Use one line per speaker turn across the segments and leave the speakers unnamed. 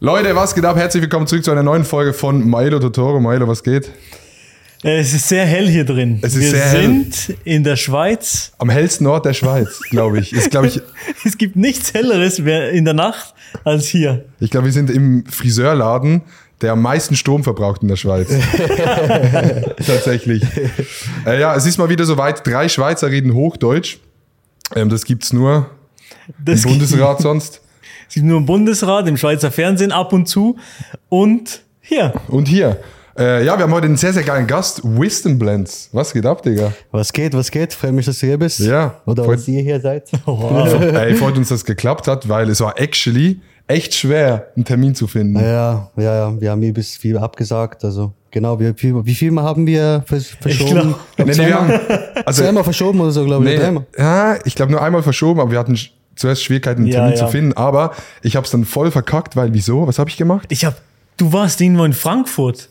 Leute, was geht ab? Herzlich willkommen zurück zu einer neuen Folge von Milo Totoro. Milo, was geht?
Äh, Es ist sehr hell hier drin.
Es ist
Wir
sehr hell.
sind in der Schweiz.
Am hellsten Ort der Schweiz, glaube ich. Ist, glaube ich,
Es gibt nichts Helleres mehr in der Nacht als hier.
ich glaube, wir sind im Friseurladen, der am meisten Strom verbraucht in der Schweiz. Tatsächlich. Äh, ja, es ist mal wieder soweit. Drei Schweizer reden Hochdeutsch. Ähm, das gibt's nur
Das
im Bundesrat sonst.
Gibt, es gibt nur im Bundesrat, im Schweizer Fernsehen ab und zu und hier.
Und hier. Äh, ja, wir haben heute einen sehr, sehr geilen Gast. Wisdom Blends. Was geht ab, Digga?
Was geht, was geht? Freue mich, dass du hier bist.
Ja,
Oder
voll-
dass ihr hier seid.
Wow.
Ey, freut uns, dass es geklappt hat, weil es war actually echt schwer, einen Termin zu finden.
Ja, ja, ja. Wir haben hier bis viel abgesagt. Also genau, wie viel, wie viel mal haben wir vers verschoben?
glaub-
Ich glaub,
Nee, nee, wir haben, also,
zweimal verschoben oder so, glaube ich.
nee,
oder dreimal.
ja, ich glaube nur einmal verschoben, aber wir hatten sch- zuerst Schwierigkeiten, einen
Ja,
Termin
ja.
zu finden. Aber ich habe es dann voll verkackt, weil wieso? Was habe ich gemacht?
Ich hab, du warst irgendwo in Frankfurt.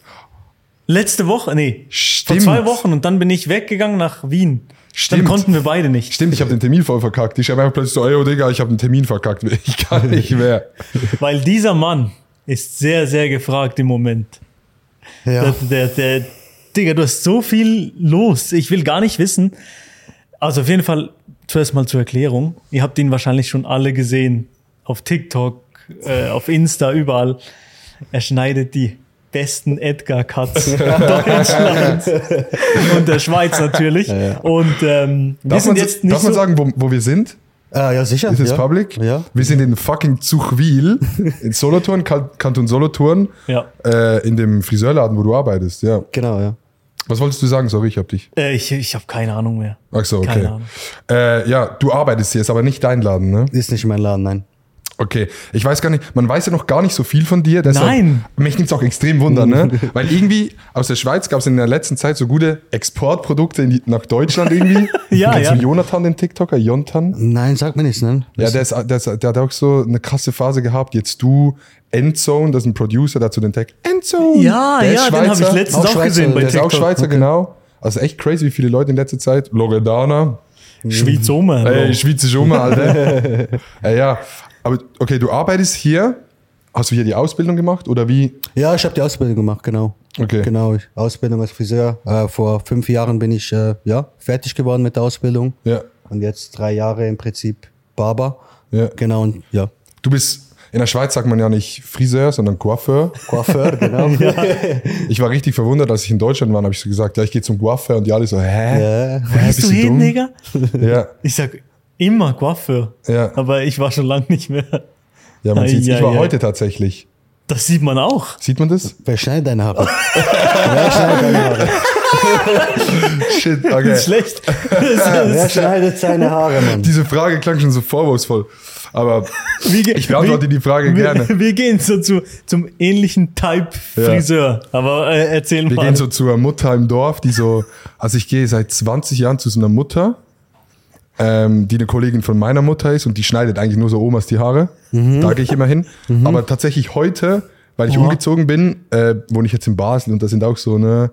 Letzte Woche, nee,
Stimmt.
vor zwei Wochen und dann bin ich weggegangen nach Wien.
Stimmt.
Dann konnten wir beide nicht.
Stimmt, ich habe den Termin voll verkackt. Ich schreibe einfach plötzlich so, ey, oh, Digga, ich habe einen Termin verkackt. Ich kann nicht mehr.
Weil dieser Mann ist sehr, sehr gefragt im Moment.
Ja.
Der, der, der, Digga, du hast so viel los. Ich will gar nicht wissen. Also auf jeden Fall zuerst mal zur Erklärung. Ihr habt ihn wahrscheinlich schon alle gesehen. Auf TikTok, äh, auf Insta, überall. Er schneidet die besten Edgar-Cuts Deutschlands und der Schweiz natürlich. Und ähm, wir
Darf,
sind
man,
jetzt nicht
darf
so...
man sagen, wo, wo wir sind?
Ah, ja, sicher.
Ist es
ja.
public?
Ja.
Wir sind in fucking Zuchwil, in Solothurn, Kan- Kanton Solothurn,
Ja.
äh, in dem Friseurladen, wo du arbeitest. Ja.
Genau, ja.
Was wolltest du sagen? Sorry, ich hab dich.
Äh, ich ich habe keine Ahnung mehr.
Ach so, okay.
Keine Ahnung.
Äh, ja, du arbeitest hier, ist aber nicht dein Laden, ne?
Ist nicht mein Laden, nein.
Okay, ich weiß gar nicht, man weiß ja noch gar nicht so viel von dir. Deshalb,
Nein.
Mich nimmt's auch extrem wunder, ne? Weil irgendwie aus der Schweiz gab's in der letzten Zeit so gute Exportprodukte in die, nach Deutschland irgendwie.
Ja,
Kennst
ja.
du Jonathan, den TikToker? Jonathan?
Nein, sagt mir nichts, nein.
Ja, der, ist, der, ist, der hat auch so eine krasse Phase gehabt. Jetzt du, Endzone, das ist ein Producer, dazu den Tag. Endzone!
Ja,
Der ist
ja, den habe ich
Schweizer.
letztens
Auch
auch,
Schweizer,
gesehen bei
Der ist
TikTok.
auch Schweizer, genau. Also echt crazy, wie viele Leute in letzter Zeit. Loredana, Mhm.
Schweizomer.
Ey, schwitze schon mal, Alter. Ey, ja, aber okay, du arbeitest hier. Hast du hier die Ausbildung gemacht oder wie?
Ja, ich habe die Ausbildung gemacht, genau.
Okay.
Genau, ich, Ausbildung als Friseur. Äh, vor fünf Jahren bin ich äh, ja, fertig geworden mit der Ausbildung.
Ja.
Und jetzt drei Jahre im Prinzip Barber.
Ja.
Genau, und ja.
Du bist, in der Schweiz sagt man ja nicht Friseur, sondern Coiffeur.
Coiffeur, genau.
Ich war richtig verwundert, als ich in Deutschland war, habe ich so gesagt, ja, ich gehe zum Coiffeur und die alle so, hä?
Ja.
Bist du
Bist du
hin,
dumm?
Digga?
Ja,
Ich sag immer Coiffeur.
Ja.
Aber ich war schon lange nicht mehr.
ja, man sieht's. Ich war
Eieiei.
heute tatsächlich.
Das sieht man auch.
Sieht man das?
Wer schneidet deine Haare? Wer schneidet deine Haare?
Shit,
Das ist
okay.
schlecht. Das
Wer
ist,
schneidet seine Haare, Mann?
Diese Frage klang schon so vorwurfsvoll. Aber
wie ge-
ich beantworte
wie-
die Frage
wir,
gerne.
Wir gehen so zu, zum ähnlichen Type Friseur. Aber äh, erzähl
Wir
mal.
gehen so zur Mutter im Dorf, die so, also ich gehe seit 20 Jahren zu so einer Mutter, ähm, die eine Kollegin von meiner Mutter ist und die schneidet eigentlich nur so Omas die Haare. Da gehe ich immer hin. Aber tatsächlich heute, weil ich umgezogen bin, äh, wohne ich jetzt in Basel und da sind auch so, ne,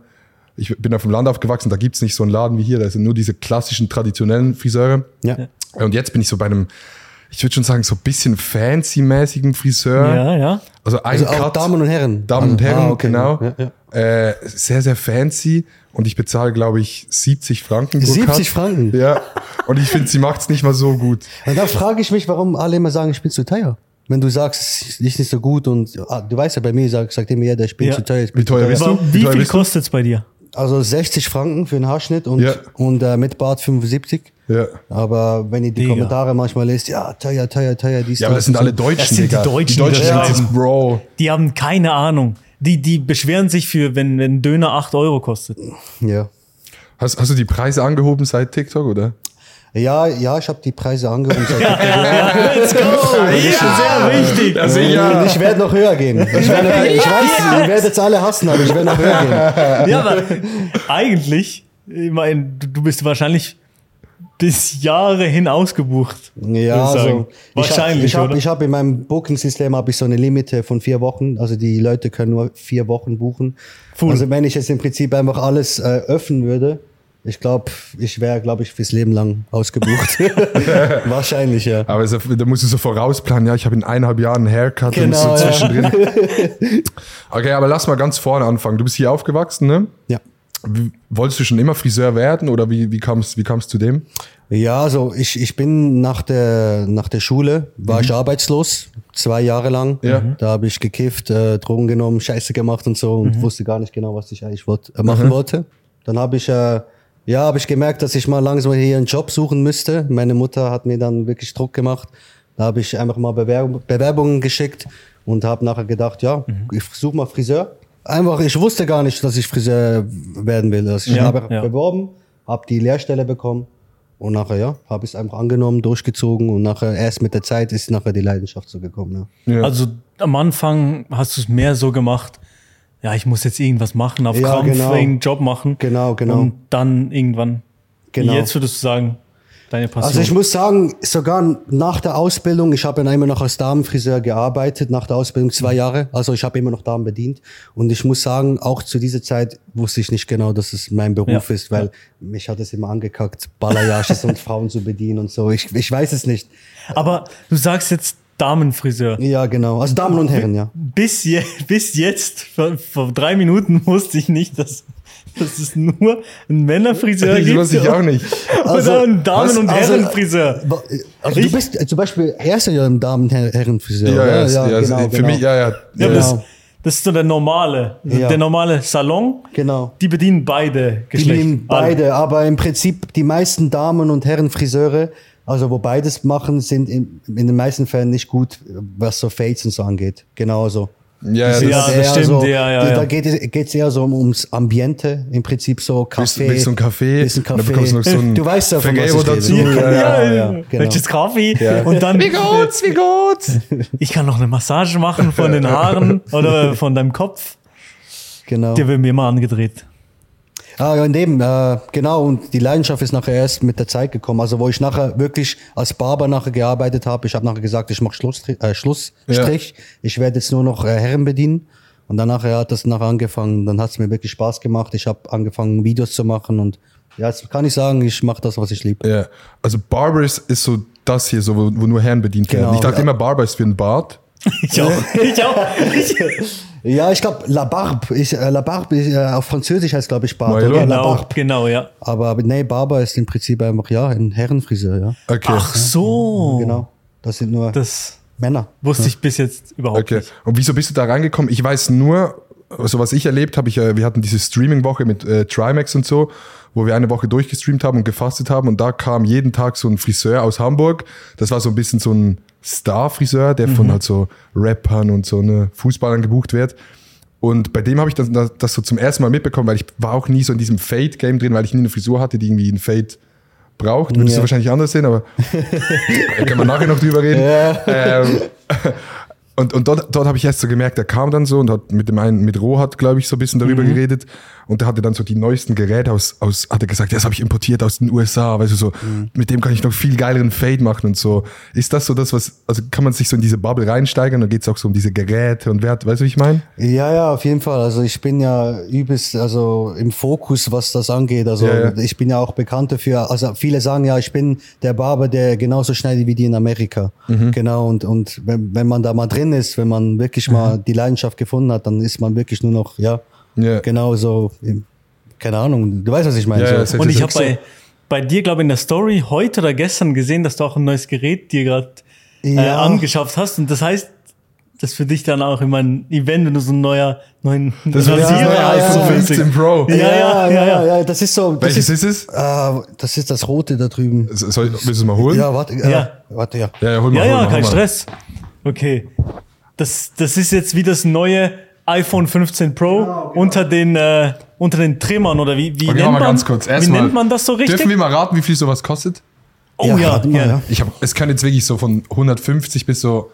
ich bin auf dem Land aufgewachsen, da gibt's nicht so einen Laden wie hier, da sind nur diese klassischen traditionellen Friseure.
Ja.
Und jetzt bin ich so bei einem, ich würde schon sagen, so ein bisschen fancy-mäßigen Friseur.
ja, ja.
Also ein
Also auch
Cut.
Damen und Herren.
Damen und
Ah,
Herren,
okay.
genau.
Ja, ja.
Äh, sehr, sehr fancy. Und ich bezahle, glaube ich, 70 Franken. pro
70
Cut.
Franken.
Ja. Und ich finde, sie macht's nicht mal so gut.
Und da frage ich mich, warum alle immer sagen, ich bin zu teuer. Wenn du sagst, es ist nicht so gut und ah, du weißt ja, bei mir sagt, sagt immer jeder, ich bin
Ja.
zu teuer. Ich bin
Wie teuer
zu
bist
Aber
du? Wie
wie
teuer
viel
bist du?
kostet's bei dir?
Also 60 Franken für einen Haarschnitt und,
Ja.
und äh, mit Bart 75.
Ja.
Aber wenn ihr die
Digga.
Kommentare manchmal lest, ja, teuer, teuer, teuer, dies,
ja, aber das sind alle Deutschen,
Das sind die
Digga.
Deutschen,
die
die
Deutschen
das
sind dieses
schreiben.
Bro.
Die haben keine Ahnung. Die, die beschweren sich für, wenn ein Döner 8 Euro kostet.
Ja.
Hast, hast du die Preise angehoben seit TikTok, oder?
Ja, ja, ich habe die Preise angehoben.
Let's go! Ja, sehr wichtig.
Also
Und Ich werde noch höher gehen. Ich, werde noch, ich weiß, ihr werdet jetzt alle hassen, aber ich werde noch höher gehen.
Ja, aber eigentlich, ich meine, du du bist wahrscheinlich bis Jahre hin ausgebucht.
Ja,
würde ich sagen.
also,
wahrscheinlich,
Ich habe
oder?
hab, ich hab in meinem Booking-System habe ich so eine Limite von vier Wochen. Also die Leute können nur vier Wochen buchen.
Cool.
Also wenn ich jetzt im Prinzip einfach alles äh, öffnen würde, Ich glaube, ich wäre, glaube ich, fürs Leben lang ausgebucht. Wahrscheinlich, ja.
Aber es, da musst du so vorausplanen, ja, ich habe in eineinhalb Jahren einen Haircut
Genau,
und
ja.
so zwischendrin. okay, aber lass mal ganz vorne anfangen. Du bist hier aufgewachsen, ne?
Ja.
Wie, wolltest du schon immer Friseur werden oder wie, wie kam es wie kam's zu dem?
Ja, also ich, ich bin nach der, nach der Schule, war ich arbeitslos, zwei Jahre lang. Mhm.
Ja.
Da habe ich gekifft, äh, Drogen genommen, Scheiße gemacht und so und wusste gar nicht genau, was ich eigentlich wollt, äh, machen wollte. Dann habe ich, äh, ja, habe ich gemerkt, dass ich mal langsam hier einen Job suchen müsste. Meine Mutter hat mir dann wirklich Druck gemacht. Da habe ich einfach mal Bewerbung, Bewerbungen geschickt und habe nachher gedacht, ja, ich suche mal Friseur. Einfach, ich wusste gar nicht, dass ich Friseur werden will. Dass ich
Ja,
habe
ja.
beworben, habe die Lehrstelle bekommen und nachher, ja, habe ich es einfach angenommen, durchgezogen und nachher erst mit der Zeit ist nachher die Leidenschaft so gekommen. Ja.
Ja.
Also am Anfang hast du es mehr so gemacht, ja, ich muss jetzt irgendwas machen, auf
Ja,
Krampf
genau.
irgendeinen Job machen.
Genau, genau.
Und dann irgendwann.
Genau.
Jetzt würdest du sagen, deine Passion.
Also ich muss sagen, sogar nach der Ausbildung, ich habe dann immer noch als Damenfriseur gearbeitet, nach der Ausbildung zwei Jahre, also ich habe immer noch Damen bedient und ich muss sagen, auch zu dieser Zeit wusste ich nicht genau, dass es mein Beruf
Ja.
ist, weil mich hat es immer angekackt, Balayage und Frauen zu bedienen und so, ich, ich weiß es nicht.
Aber du sagst jetzt Damenfriseur.
Ja, genau, also Damen und Herren, ja.
Bis, je, bis jetzt, vor, vor drei Minuten, wusste ich nicht, dass, dass es nur einen Männerfriseur
das
gibt.
wusste ich auch nicht.
Also,
oder einen Damen-
was?
und
Also,
Herrenfriseur.
Ba- Also du
Ich-
bist äh, zum Beispiel erster ja im Damen- und Herren- Herrenfriseur, genau,
Ja, ja,
oder?
ist- ja, ist- für mich, ja, ja.
Ja,
ja.
aber das, das ist so der normale, also
Ja.
der normale Salon.
Genau.
Die bedienen beide
Die
Geschlechter.
nehmen
Alle.
beide, aber im Prinzip die meisten Damen- und Herrenfriseure, also wo beides machen, sind in, in den meisten Fällen nicht gut, was so Fades und so angeht. Genau Genauso.
Ja, ja,
Die sind
das-
Ja, das
eher
stimmt,
so,
ja, ja,
die- Da
ja.
geht es geht's eher so um, ums Ambiente, im Prinzip so
Willst,
Kaffee.
willst du einen Kaffee?
Willst du einen
Und Dann bekommst du noch so einen
Du weißt ja, von was
Vergero
ich rede.
dazu.
Ja,
Ja, ja.
ja,
ja,
ja.
genau.
Welches Kaffee?
Ja.
Und dann,
Wie geht's, wie geht's?
ich kann noch eine Massage machen von den Haaren oder von deinem Kopf.
Genau.
Der wird mir immer angedreht.
Ah, ja, und eben, äh, genau, und die Leidenschaft ist nachher erst mit der Zeit gekommen. Also, wo ich nachher wirklich als Barber nachher gearbeitet habe, ich habe nachher gesagt, ich mache Schluss, äh, Schlussstrich, ich werde jetzt nur noch äh, Herren bedienen. Und dann nachher hat das nachher angefangen, dann hat es mir wirklich Spaß gemacht. Ich habe angefangen, Videos zu machen und ja, jetzt kann ich sagen, ich mache das, was ich liebe.
Ja, also Barber ist, ist so das hier, so, wo, wo nur Herren bedient werden.
Genau,
Ich dachte
ja.
immer, Barber ist für einen Bart.
Ich auch. Ich auch. Ich,
Ja, ich glaube, La Barbe, ich, äh, La Barbe ist, äh, auf Französisch heißt, glaube ich, Barbe.
Milo?
oder? La
genau,
Barbe.
genau, ja.
Aber nee, Barber ist im Prinzip einfach, ja, ein Herrenfriseur, ja.
Okay.
Ach so.
Genau. Das sind nur
Oh. Das
Männer.
wusste ich bis jetzt überhaupt
Okay.
nicht.
Und wieso bist du da reingekommen? Ich weiß nur, also was ich erlebt habe, ich, äh, wir hatten diese Streaming-Woche mit äh, Trimax und so, wo wir eine Woche durchgestreamt haben und gefastet haben und da kam jeden Tag so ein Friseur aus Hamburg. Das war so ein bisschen so ein Star-Friseur, der
Mhm.
von halt so Rappern und so ne, Fußballern gebucht wird. Und bei dem habe ich das, das, das so zum ersten Mal mitbekommen, weil ich war auch nie so in diesem Fade-Game drin, weil ich nie eine Frisur hatte, die irgendwie einen Fade braucht. Würdest
Ja.
du wahrscheinlich anders sehen, aber da können wir nachher noch drüber reden. Ähm, und, und dort, dort habe ich erst so gemerkt, er kam dann so und hat mit dem einen, mit Rohat, glaube ich, so ein bisschen darüber
Mhm.
geredet. Und der hatte dann so die neuesten Geräte aus, aus hat er gesagt, das habe ich importiert aus den USA, weißt du, so,
Mhm.
mit dem kann ich noch viel geileren Fade machen und so. Ist das so das, was, also kann man sich so in diese Bubble reinsteigern und geht es auch so um diese Geräte und Wert, weißt du, wie ich meine?
Ja, ja, auf jeden Fall. Also ich bin ja übelst, also im Fokus, was das angeht. Also
Ja, ja.
ich bin ja auch bekannt dafür. Also viele sagen ja, ich bin der Barber, der genauso schneidet wie die in Amerika.
Mhm.
Genau. Und, und wenn, wenn man da mal drin ist, wenn man wirklich mal die Leidenschaft gefunden hat, dann ist man wirklich nur noch, ja,
Mhm. Ja.
genau so, im- keine Ahnung. Du weißt, was ich meine.
Ja, ja,
so.
safe.
Und ich habe
Das ist
bei, bei dir, glaube ich, in der Story heute oder gestern gesehen, dass du auch ein neues Gerät dir gerade äh,
Ja.
angeschafft hast. Und das heißt, das ist für dich dann auch immer ein Event, wenn du so ein neuer, neuen
Das wird
Rasierer
das
ja,
neue
ja,
iPhone
ja.
15 Pro.
Ja.
ja, ja,
ja.
ja, Das ist so. Das
Welches
ist,
ist es?
Ah, das ist das Rote da drüben.
So- Soll, willst du es mal holen?
Ja, warte, äh,
Ja.
warte, ja.
ja, hol mal,
Ja,
hol
ja,
mal, hol
kein
mal.
Stress. Okay. Das, das ist jetzt wie das neue iPhone 15 Pro unter den äh, unter den Trimmern oder wie, wie
Okay,
nennt
warte mal
man
ganz kurz.
wie
Erstmal,
nennt man das so richtig?
Dürfen wir mal raten, wie viel sowas kostet?
oh ja,
warte mal,
gerne.
ja.
Ich habe, es kann jetzt wirklich so von 150 bis so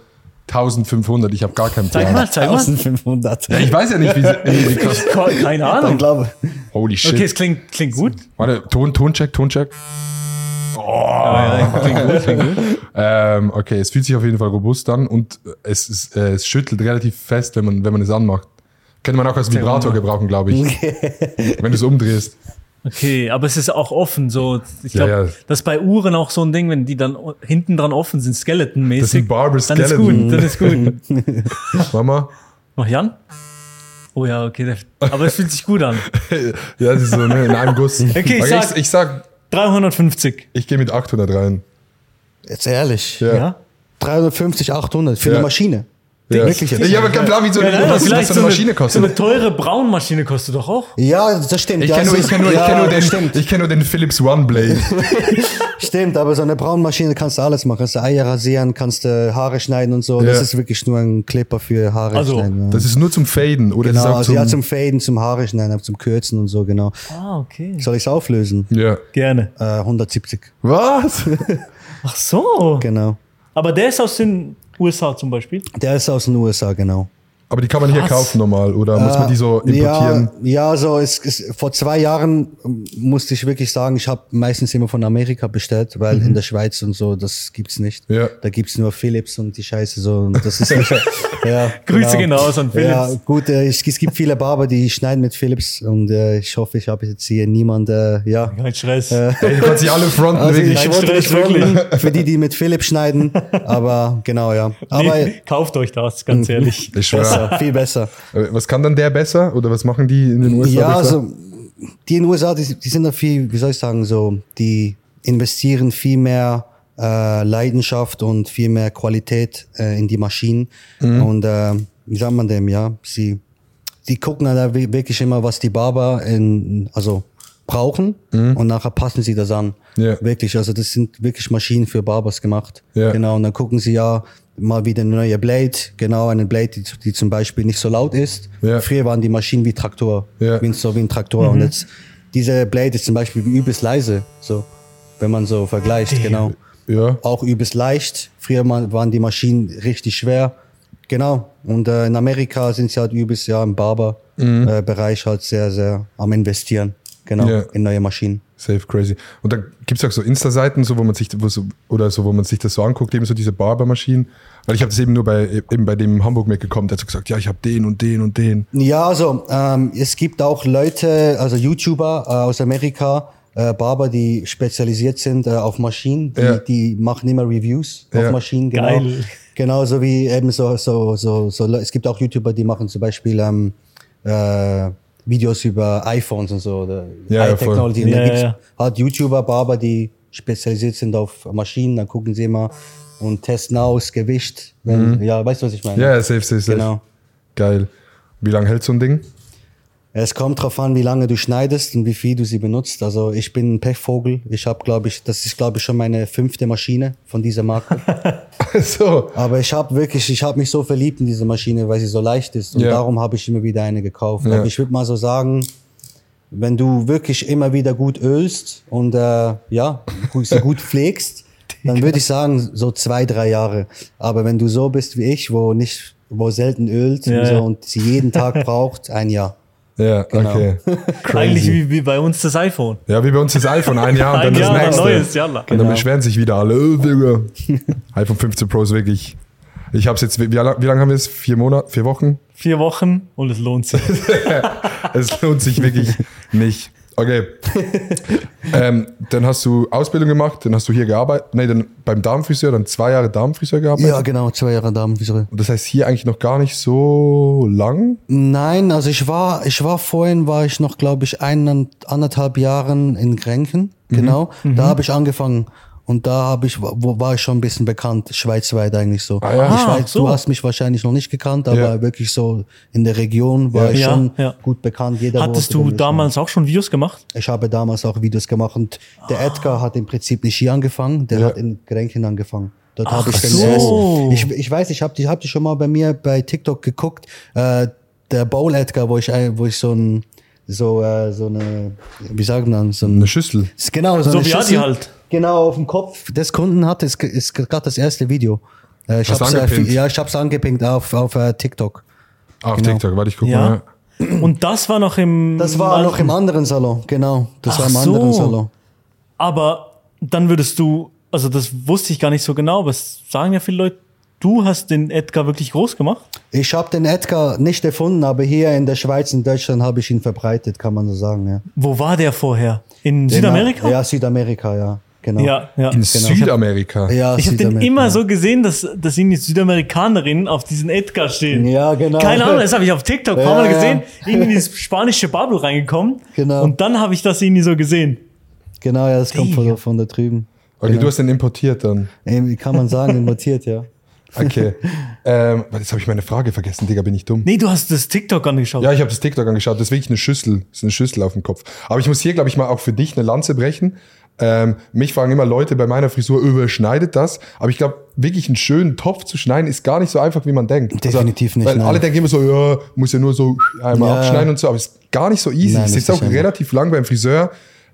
1500. Ich habe gar keinen
Zeig
Plan.
mal, zeig mal.
1500.
Ja, ich weiß ja nicht, wie sie- wie die kostet.
Keine
Ich
Ahnung.
glaube.
Holy shit.
Okay, es klingt, klingt gut.
Warte, Ton, Toncheck, Toncheck. Ah,
Klingt gut, klingt gut.
Ähm, okay, es fühlt sich auf jeden Fall robust an und es, ist, äh, es schüttelt relativ fest, wenn man, wenn man es anmacht. Könnte man auch als Vibrator gebrauchen, glaube ich. wenn du es umdrehst.
Okay, aber es ist auch offen. So, ich
Ja,
glaube,
ja.
das ist bei Uhren auch so ein Ding, wenn die dann o- hinten dran offen sind,
Das ist ein
skeletonmäßig.
Barber
Dann ist
Skeleton.
gut, dann ist gut.
Mama.
Noch Jan? Oh ja, okay. der- Aber es fühlt sich gut an.
Ja, das ist so, ne? In einem Guss.
Okay, ich
ich,
sag-
ich sag,
350.
ich gehe mit 800 rein.
Jetzt ehrlich.
Ja.
Ja?
350, 800 für
Ja.
eine Maschine.
Ja.
Wirklich jetzt.
Ich habe keinen Plan, wie so eine,
Keine Ahnung,
was was so eine Maschine
So eine
kostet.
teure Braunmaschine kostet doch auch.
Ja, das stimmt.
Ich
ja,
kenne nur,
es
ich
ist-
kenn nur, ich
ja,
kenn nur, den-
Stimmt,
ich kenn nur den Philips One Blade.
stimmt, aber so eine Braunmaschine kannst du alles machen. Kannst du Eier rasieren, kannst du Haare schneiden und so.
Ja.
Das ist wirklich nur ein Clipper für Haare
Also,
schneiden. Ja.
Das ist nur zum Faden oder
Genau,
das
also
ist auch
ja,
zum,
zum Faden, zum Haare schneiden, zum Kürzen und so, genau.
Ah, okay.
Soll ich es auflösen?
ja.
Gerne.
Äh, 170,
Was?
Ach so.
genau.
Aber der ist aus den USA zum Beispiel.
Der ist aus den USA, genau.
Aber die kann man hier
Was?
kaufen normal oder muss man die so
Ah,
importieren?
Äh, Ja, ja so es, es, vor zwei Jahren ähm, musste ich wirklich sagen, ich habe meistens immer von Amerika bestellt, weil in der Schweiz und so, das gibt's nicht.
Ja.
Da gibt's nur Philips und die Scheiße so. Und das ist nicht, ja, genau.
Grüße gehen raus an
Ja,
Philips.
gut, äh, ich, es gibt viele Barber, die schneiden mit Philips und äh, ich hoffe, ich habe jetzt hier niemand, äh, ja.
Kein Stress.
Ey, du kannst sie alle fronten,
Also
wirklich.
ich
Kein
wollte
Stress,
nicht wirklich. für die, die mit Philips schneiden, aber genau, ja. Aber
nee, kauft euch das, ganz ehrlich.
Ich schwöre.
besser, viel besser.
Äh, Was kann dann der besser? Oder was machen die in den USA?
Ja,
besser?
also die in den USA, die, die sind da viel, wie soll ich sagen, so, die investieren viel mehr äh, Leidenschaft und viel mehr Qualität äh, in die Maschinen.
Mhm.
Und äh, wie sagt man dem, ja, sie, die gucken halt da wi- wirklich immer, was die Barber in, also brauchen und nachher passen sie das an.
Mhm. Ja.
Wirklich, also das sind wirklich Maschinen für Barbers gemacht.
Ja.
Genau, und dann gucken sie ja mal wieder eine neue Blade, genau, eine Blade, die, die zum Beispiel nicht so laut ist.
Ja.
Früher waren die Maschinen wie Traktor,
Ja. Mhm.
wie ein, so wie ein Traktor. Und jetzt, diese Blade ist zum Beispiel übelst leise, so, wenn man so vergleicht, genau.
ja.
Auch übelst leicht. Früher ma- waren die Maschinen richtig schwer. Genau. Und äh, in Amerika sind sie halt übelst ja im Barber-Bereich äh, Bereich halt sehr, sehr am Investieren. Genau.
Mhm. Ja.
In neue Maschinen.
Safe, crazy. Und dann gibt's auch so Insta-Seiten, so, wo man sich, wo so, oder so, wo man sich das so anguckt, eben so diese Barbermaschinen. Weil ich habe das eben nur bei, eben bei dem Hamburg mitgekommen, der hat so gesagt, ja, ich habe den und den und den.
Ja, also ähm, es gibt auch Leute, also YouTuber äh, aus Amerika, äh, Barber, die spezialisiert sind äh, auf Maschinen. Die,
Ja.
die machen immer Reviews
Ja.
auf Maschinen. Genau.
Geil.
Genauso wie eben so, so, so, so, Le- es gibt auch YouTuber, die machen zum Beispiel ähm, äh, Videos über iPhones und so oder
Ja, ja,
High Technology. Und
voll.
da
Ja,
gibt's
ja,
halt YouTuber, Barber, die spezialisiert sind auf Maschinen. Dann gucken sie immer und testen aus Gewicht. Wenn, Ja, weißt du, was ich meine?
Mhm. Ja, ja, safe, safe, safe.
Genau.
Geil. Wie lange hält so ein Ding?
Es kommt drauf an, wie lange du schneidest und wie viel du sie benutzt. Also ich bin ein Pechvogel. Ich habe, glaube ich, das ist, glaube ich, schon meine fünfte Maschine von dieser Marke.
so.
Aber ich habe wirklich, ich habe mich so verliebt in diese Maschine, weil sie so leicht ist. Und
Ja.
darum habe ich immer wieder eine gekauft.
Ja.
Aber ich würde mal so sagen, wenn du wirklich immer wieder gut ölst und äh, ja, gu- sie gut pflegst, dann würde ich sagen, so zwei, drei Jahre. Aber wenn du so bist wie ich, wo nicht, wo selten ölt
Ja,
und, so,
ja.
und sie jeden Tag braucht, ein Jahr.
Ja,
Genau.
okay.
Eigentlich
Crazy.
wie, wie bei uns das iPhone.
Ja, wie bei uns das iPhone, ein Jahr und dann
Ein
das
Jahr, ein
nächste.
neues, jalla.
Und dann
Genau.
beschweren sich wieder alle, äh, Digga. iPhone 15 Pro ist wirklich. Ich hab's jetzt, wie, wie lange haben wir es? Vier Monate, vier Wochen?
Vier Wochen und es lohnt sich.
Es lohnt sich wirklich nicht. Okay. ähm, dann hast du Ausbildung gemacht, dann hast du hier gearbeitet, nee, dann beim Darmfriseur, dann zwei Jahre Darmfriseur gearbeitet.
Ja, genau, zwei Jahre Damenfriseur.
Und das heißt hier eigentlich noch gar nicht so lang.
Nein, also ich war, ich war vorhin, war ich noch, glaube ich, ein, anderthalb Jahren in Grenken.
Mhm.
Genau. Da habe ich angefangen. Und da habe ich, wo, war ich schon ein bisschen bekannt, schweizweit eigentlich so.
Ah, ja.
ich
Ah,
weiß,
so.
du hast mich wahrscheinlich noch nicht gekannt, aber
Ja.
wirklich so in der Region war ich
Ja,
schon
ja.
gut bekannt. Jeder
Hattest
wusste,
du
wer ich war.
damals auch schon Videos gemacht?
Ich habe damals auch Videos gemacht und der
Ah.
Edgar hat im Prinzip nicht hier angefangen, der
Ja.
hat in Grenchen angefangen. Dort
Ach
habe ich den
so.
ersten. Ich, ich weiß, ich habe die, hab die schon mal bei mir bei TikTok geguckt. Äh, der Bowl Edgar, wo ich, ein- wo ich so ein, so, äh, so eine, wie sagen man, so ein,
Eine Schüssel.
genau, so,
So
eine
wie Adi
Schüssel
halt.
Genau, auf dem Kopf des Kunden hatte, ist, ist gerade das erste Video. Äh, ich
Hast du
hab's, äh,
angepinnt?
ja, ich hab's angepinkt auf, auf äh, TikTok.
Ah, auf
Genau.
TikTok, warte, ich guck
Ja.
mal.
Und das war noch im.
Das war
alten-
noch im anderen Salon, genau. Das
Ach
war im
so.
anderen Salon.
Aber dann würdest du, also das wusste ich gar nicht so genau, aber es sagen ja viele Leute, du hast den Edgar wirklich groß gemacht.
Ich habe den Edgar nicht erfunden, aber hier in der Schweiz und Deutschland habe ich ihn verbreitet, kann man so sagen. Ja. Genau.
Wo war der vorher? In Südamerika?
Ja, Südamerika, ja. Genau.
ja. ja.
In Südamerika.
Ja,
Ich habe den
Südamerika.
immer so gesehen, dass, dass irgendwie Südamerikanerinnen auf diesen Edgar stehen.
Ja, genau.
Keine Ahnung, das habe ich auf TikTok ein paar
Ja,
Mal
ja.
gesehen. Irgendwie ins spanische Bubble reingekommen.
Genau.
Und dann habe ich das irgendwie so gesehen.
Genau, ja, das kommt von, von da drüben.
Okay,
Genau.
du hast den importiert dann.
Irgendwie kann man sagen, importiert, ja.
Okay. ähm, warte, jetzt habe ich meine Frage vergessen, Digga, bin ich dumm.
Nee, du hast das TikTok angeschaut.
Ja, ich habe das TikTok angeschaut, das ist wirklich eine Schüssel. Das ist eine Schüssel auf dem Kopf. Aber ich muss hier, glaube ich, mal auch für dich eine Lanze brechen. Ähm, mich fragen immer Leute bei meiner Frisur, überschneidet das? Aber ich glaube, wirklich einen schönen Topf zu schneiden, ist gar nicht so einfach, wie man denkt. Also,
Definitiv nicht,
Weil
nein.
alle denken immer so, ja, muss ja nur so einmal
Ja.
abschneiden und so. Aber ist gar nicht so easy.
Nein,
ich
ist
sitze auch
nicht einfach.
relativ lang beim Friseur,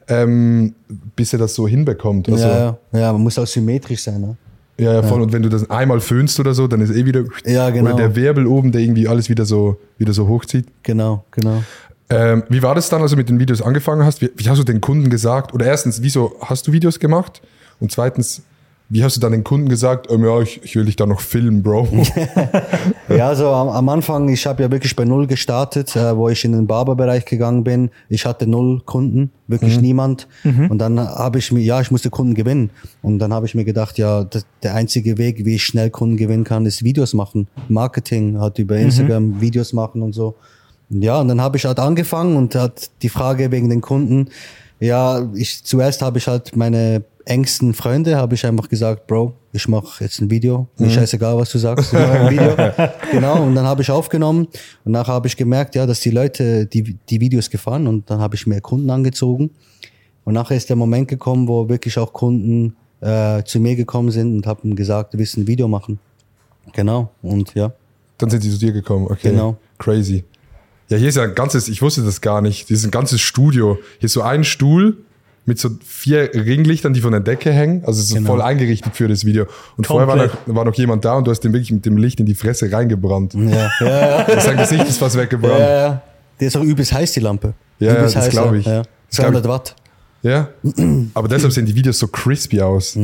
ähm, bis er das so hinbekommt. Also, ja,
ja, ja. ja, man muss auch symmetrisch sein. Ne?
ja, voll. Und wenn du das einmal föhnst oder so, dann ist eh wieder...
Ja, genau.
Oder der Wirbel oben, der irgendwie alles wieder so, wieder so hochzieht.
Genau, genau.
Ähm, wie war das dann, als du mit den Videos angefangen hast? Wie, wie hast du den Kunden gesagt? Oder erstens, wieso hast du Videos gemacht? Und zweitens, wie hast du dann den Kunden gesagt, ähm, ja, ich, ich will dich da noch filmen, Bro?
Ja, also am, am Anfang, ich habe ja wirklich bei Null gestartet, äh, wo ich in den Barberbereich gegangen bin. Ich hatte null Kunden, wirklich niemand. Und dann habe ich mir, ja, ich musste Kunden gewinnen. Und dann habe ich mir gedacht, ja, das, der einzige Weg, wie ich schnell Kunden gewinnen kann, ist Videos machen. Marketing, halt über Instagram Videos machen und so. Ja, und dann habe ich halt angefangen und hat die Frage wegen den Kunden. Ja, ich zuerst habe ich halt meine engsten Freunde, habe ich einfach gesagt, Bro, ich mache jetzt ein Video. Mir scheißegal, was du sagst, ich mach ein Video. genau, und dann habe ich aufgenommen und nachher habe ich gemerkt, ja, dass die Leute die, die Videos gefahren und dann habe ich mehr Kunden angezogen. Und nachher ist der Moment gekommen, wo wirklich auch Kunden äh, zu mir gekommen sind und haben gesagt, du willst ein Video machen. Genau, und ja.
dann sind sie zu dir gekommen. Okay.
Genau.
Crazy. Ja, hier ist ja ein ganzes, ich wusste das gar nicht, hier ist ein ganzes Studio. Hier ist so ein Stuhl mit so vier Ringlichtern, die von der Decke hängen. Also es ist voll eingerichtet für das Video. Und vorher war
Komplett.
noch, war noch jemand da und du hast den wirklich mit dem Licht in die Fresse reingebrannt.
Ja, ja, ja.
Sein Gesicht ist fast weggebrannt.
Ja, ja. Die ist auch übelst heiß, die Lampe.
Äh, Ja,
übelst
ja, das
heiß,
glaub ich.
Ja.
Das glaub ich.
200 Watt.
Ja. Aber deshalb sehen die Videos so crispy aus.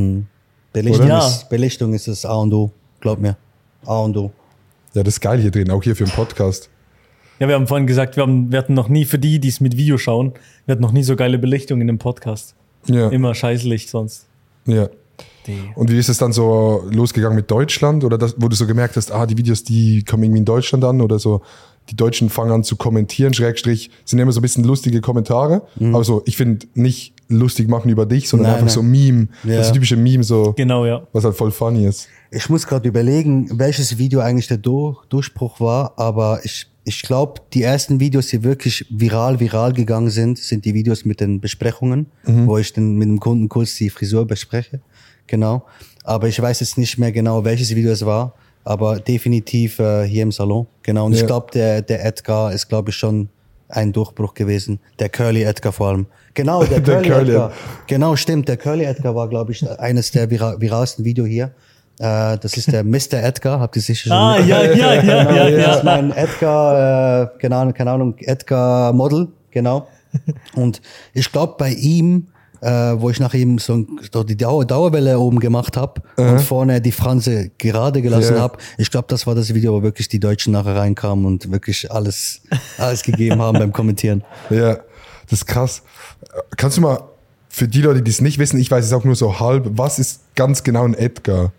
Belichtung,
Oder?
ist, Belichtung ist das A und O. Glaub mir. A und O.
Ja, das ist geil hier drin, auch hier für den Podcast.
Ja, wir haben vorhin gesagt, wir, haben, wir hatten noch nie, für die, die es mit Video schauen, wir hatten noch nie so geile Belichtung in dem Podcast.
Ja.
Immer Scheißlicht sonst.
ja. Und wie ist es dann so losgegangen mit Deutschland? Oder das, wo du so gemerkt hast, ah, die Videos, die kommen irgendwie in Deutschland an oder so, die Deutschen fangen an zu kommentieren, Schrägstrich, sind immer so ein bisschen lustige Kommentare. Aber so, ich finde nicht lustig machen über dich, sondern
Mhm. Nein,
einfach
nein.
so Meme.
Ja.
Das typische Meme, so,
Genau, ja.
was halt voll funny ist.
Ich muss gerade überlegen, welches Video eigentlich der Do Durchbruch war, aber ich, ich glaube, die ersten Videos, die wirklich viral, viral gegangen sind, sind die Videos mit den Besprechungen, wo ich dann mit dem Kunden kurz die Frisur bespreche. Genau. Aber ich weiß jetzt nicht mehr genau, welches Video es war, aber definitiv äh, hier im Salon. Genau. Und
Ja.
ich glaube, der, der Edgar ist, glaube ich, schon ein Durchbruch gewesen. Der Curly Edgar vor allem. Genau, der,
Der
Curly,
Curly.
Edgar. Genau, stimmt. Der Curly Edgar war, glaube ich, eines der vira viralsten Video hier. Äh, das ist der Mr. Edgar, habt ihr sicher schon.
Ah, ja, ja, ja,
genau,
ja,
Das
ja.
ist mein Edgar, äh, genau, keine Ahnung, Edgar Model, genau. Und ich glaube, bei ihm, äh, wo ich nach ihm so ein- so die Dauer, Dauerwelle oben gemacht habe und vorne die Franse gerade gelassen
Ja.
habe, ich glaube, das war das Video, wo wirklich die Deutschen nachher reinkamen und wirklich alles, alles gegeben haben beim Kommentieren.
Ja, das ist krass. Kannst du mal für die Leute, die es nicht wissen, ich weiß es auch nur so halb, was ist ganz genau ein Edgar?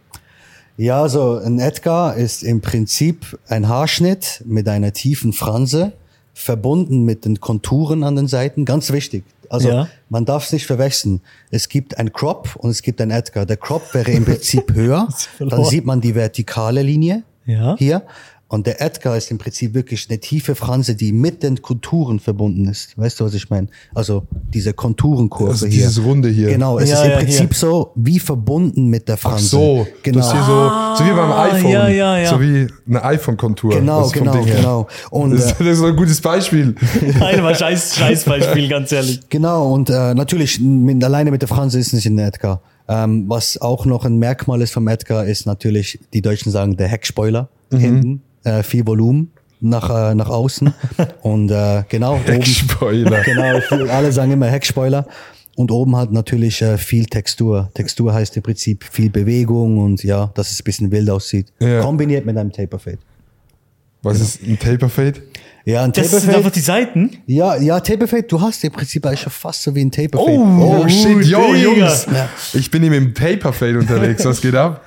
Ja, so ein Edgar ist im Prinzip ein Haarschnitt mit einer tiefen Franse, verbunden mit den Konturen an den Seiten. Ganz wichtig. Also
Ja.
man darf es nicht verwechseln. Es gibt ein Crop und es gibt ein Edgar. Der Crop wäre im Prinzip höher.
verloren.
Dann sieht man die vertikale Linie
Ja.
hier. Und der Edgar ist im Prinzip wirklich eine tiefe Franse, die mit den Konturen verbunden ist. Weißt du, was ich meine? Also diese Konturenkurve
Also
hier.
dieses Runde hier.
Genau, es
Ja,
ist im
ja,
Prinzip
hier.
so wie verbunden mit der Franse.
Ach so,
genau. Ah,
das ist hier so, so wie beim iPhone.
ja, ja, ja.
So wie eine iPhone-Kontur.
Genau,
Das ist vom
genau,
Ding her.
genau. Und,
Das,
äh,
ist- das ist so ein gutes Beispiel.
Einmal scheiß, scheiß Beispiel, ganz ehrlich.
Genau, und äh, natürlich, mit, alleine mit der Franse ist nicht in Edgar. Ähm, was auch noch ein Merkmal ist vom Edgar, ist natürlich, die Deutschen sagen, der Heckspoiler
Mhm.
hinten, äh, viel Volumen nach, äh, nach außen. und äh, genau, oben.
Spoiler.
Genau, ich- alle sagen immer Heckspoiler. Und oben hat natürlich äh, viel Textur. Textur heißt im Prinzip viel Bewegung und ja, dass es ein bisschen wild aussieht.
Ja.
Kombiniert mit einem Taperfade.
Was ist ein Taper Fade?
Ja, ein
Das sind einfach
Taperfade.
die Seiten.
Ja, ja, Taperfade, du hast im Prinzip eigentlich schon fast so wie ein Taperfade.
Oh shit, yo,
Digga.
Jungs. Ich bin hier mit dem Paper Fade unterwegs. Was geht ab?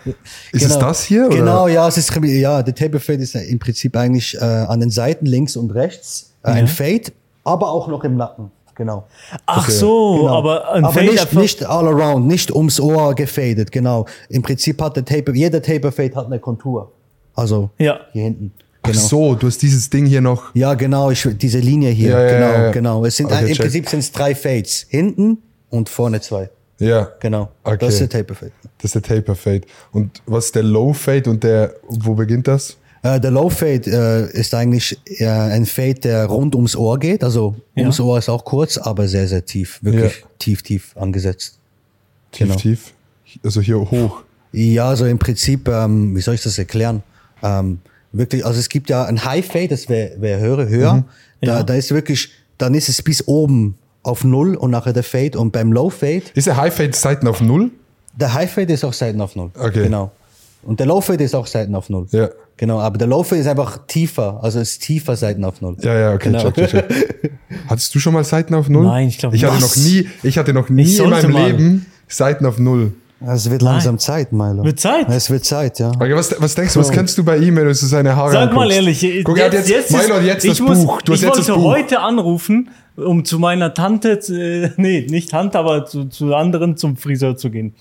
Ist es das hier? Oder?
Oh, Genau, ja, es ist, ja, der Table Fade ist ja im Prinzip eigentlich äh, an den Seiten links und rechts äh,
Mhm.
ein Fade, aber auch noch im Nacken. Genau.
Ach so,
genau.
aber ein Fade
nicht,
einfach-
nicht all around, nicht ums Ohr gefadet, genau. Im Prinzip hat der Taper, jeder Taper Fade hat eine Kontur. Also
Ja.
hier hinten.
Ach
Genau.
so, du hast dieses Ding hier noch.
Ja, genau, ich, diese Linie hier,
Ja, ja,
genau,
ja, ja.
genau. Es sind
Okay,
äh, im
check.
Prinzip sind es drei Fades, hinten und vorne zwei.
Ja.
Genau.
Okay.
Das ist der Taper Fade.
Das ist der Taper Fade. Und was ist der Low Fade und der, wo beginnt das?
Äh, der Low Fade äh, ist eigentlich äh, ein Fade, der rund ums Ohr geht. Also
Ja.
ums Ohr ist auch kurz, aber sehr, sehr tief. Wirklich
Ja.
tief, tief angesetzt.
Tief,
Genau.
tief. Also hier hoch.
Ja, so im Prinzip, ähm, wie soll ich das erklären? Ähm, wirklich, also es gibt ja ein High Fade, das wäre wär höher, höher. Da,
Ja.
da ist wirklich, dann ist es bis oben auf Null und nachher der Fade. Und beim Low Fade,
Ist der High Fade Seiten auf Null?
der High Fade ist auch Seiten auf Null.
Okay.
Genau. Und der Low Fade ist auch Seiten auf Null.
Ja.
Genau, aber der Low Fade ist einfach tiefer, also ist tiefer Seiten auf Null.
Ja, ja, okay,
Genau.
check, check, check. Hattest du schon mal Seiten auf Null?
Nein, ich glaub
ich hatte noch
nicht.
nie, Ich hatte noch nie
Ich
in
sollte
meinem
mal.
Leben Seiten auf Null.
Es wird langsam Zeit, Milo.
Wird Zeit?
Es wird Zeit, ja.
Okay, was, was denkst du, was kennst du bei ihm, wenn du so seine Haare
Sag mal
anguckst?
ehrlich, äh,
Guck, er hat jetzt, Milo hat jetzt
ich
das
muss-
Buch. Du hast
ich
jetzt das
wollte
Buch.
heute anrufen, um zu meiner Tante, zu- äh, nee, nicht Tante, aber zu, zu anderen zum Friseur zu gehen.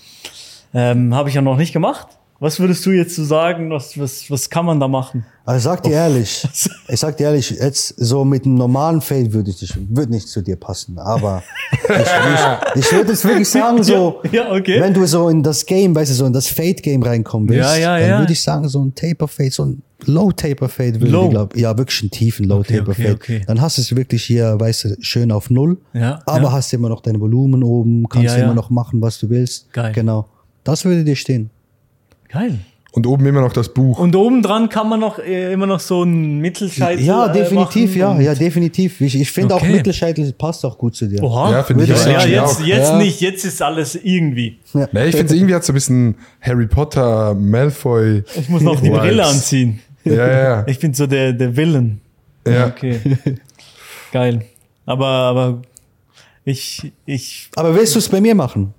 Ähm, Habe ich ja noch nicht gemacht. Was würdest du jetzt so sagen? Was, was, was kann man da machen?
Also sag
Oh.
dir ehrlich, ich sag dir ehrlich, jetzt so mit einem normalen Fade würde ich dich, würde nicht zu dir passen, aber ich, ich, ich würde es wirklich sagen, so,
Ja, ja, okay.
wenn du so in das Game, weißt du, so in das Fade-Game reinkommen willst,
Ja, ja,
dann
ja.
würde ich sagen, so ein Taper-Fade, so ein Low-Taper-Fade würde
Low.
ich glaube, ja, wirklich einen tiefen Low-Taper-Fade.
okay, okay.
Dann hast du es wirklich hier, weißt du, schön auf Null,
Ja,
aber
ja.
hast immer noch dein Volumen oben, kannst
Ja, ja.
immer noch machen, was du willst.
Geil.
Genau. Das würde dir stehen.
Geil.
Und oben immer noch das Buch.
Und obendran kann man noch äh, immer noch so einen Mittelscheitel
Ja,
äh,
definitiv,
machen
ja,
und-
ja, definitiv. Ich, ich finde
Okay.
auch Mittelscheitel passt auch gut zu dir.
Oha.
Ja, finde ich
auch.
ja,
Ja,
jetzt,
auch.
jetzt
Ja.
nicht, jetzt ist alles irgendwie.
Ja.
Nee, ich finde irgendwie hat so ein bisschen Harry Potter, Malfoy.
Ich muss noch die
Vibes.
Brille anziehen.
Ja, ja,
Ich bin so der, der Villain.
ja. ja.
Okay. Geil. Aber, aber ich, ich,
Aber willst du es bei mir machen?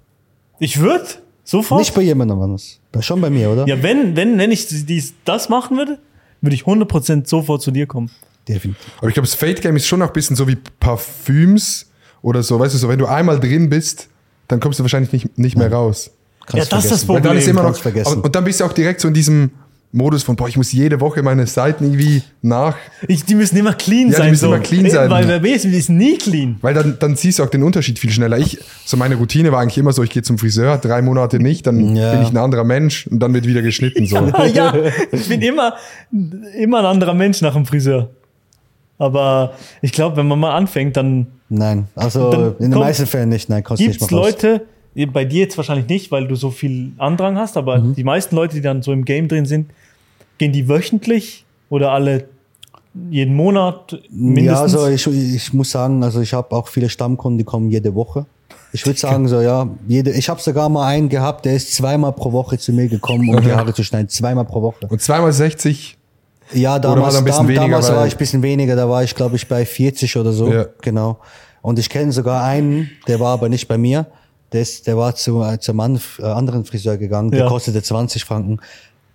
ich würde sofort.
Nicht bei jemandem anders. Schon bei mir, oder?
ja, wenn, wenn, wenn ich dies, das machen würde, würde ich 100% sofort zu dir kommen.
Definitiv.
Aber ich glaube, das Fade Game ist schon auch ein bisschen so wie Parfüms oder so. Weißt du, so wenn du einmal drin bist, dann kommst du wahrscheinlich nicht, nicht mehr raus.
Ja, das ist das
vergessen.
Weil dann ist
Problem.
immer noch,
kannst vergessen.
und, und dann bist du auch direkt so in diesem Modus von, boah, ich muss jede Woche meine Seiten irgendwie nach,
Ich, die müssen immer
Ja,
clean
die
sein.
müssen
so.
immer clean sein.
Weil wer weiß, die ist nie clean.
weil dann, dann siehst du auch den Unterschied viel schneller. Ich, so meine Routine war eigentlich immer so, ich gehe zum Friseur, drei Monate nicht, dann
Ja.
bin ich ein anderer Mensch und dann wird wieder geschnitten. So.
Ah, ja, ich bin immer, immer ein anderer Mensch nach dem Friseur. Aber ich glaube, wenn man mal anfängt, dann
Nein, also
Dann
in den
komm,
meisten Fällen nicht. Nein, kostet
gibt es
nicht mal raus.
Leute, bei dir jetzt wahrscheinlich nicht, weil du so viel Andrang hast, aber
Mhm.
die meisten Leute, die dann so im Game drin sind, gehen die wöchentlich oder alle jeden Monat mindestens?
Ja, also ich, ich muss sagen, also ich habe auch viele Stammkunden, die kommen jede Woche. Ich würde sagen, so ja, jede, ich habe sogar mal einen gehabt, der ist zweimal pro Woche zu mir gekommen, um die Haare zu schneiden. Zweimal pro Woche.
Und zweimal 60,
Ja, damals,
halt ein bisschen
dam,
weniger,
damals war
weil-
ich ein bisschen weniger, da war ich glaube ich bei 40 oder so.
Ja.
Genau. Und ich kenne sogar einen, der war aber nicht bei mir, der, ist, der war zu, äh, zum an, äh, anderen Friseur gegangen, der
Ja.
kostete 20 Franken.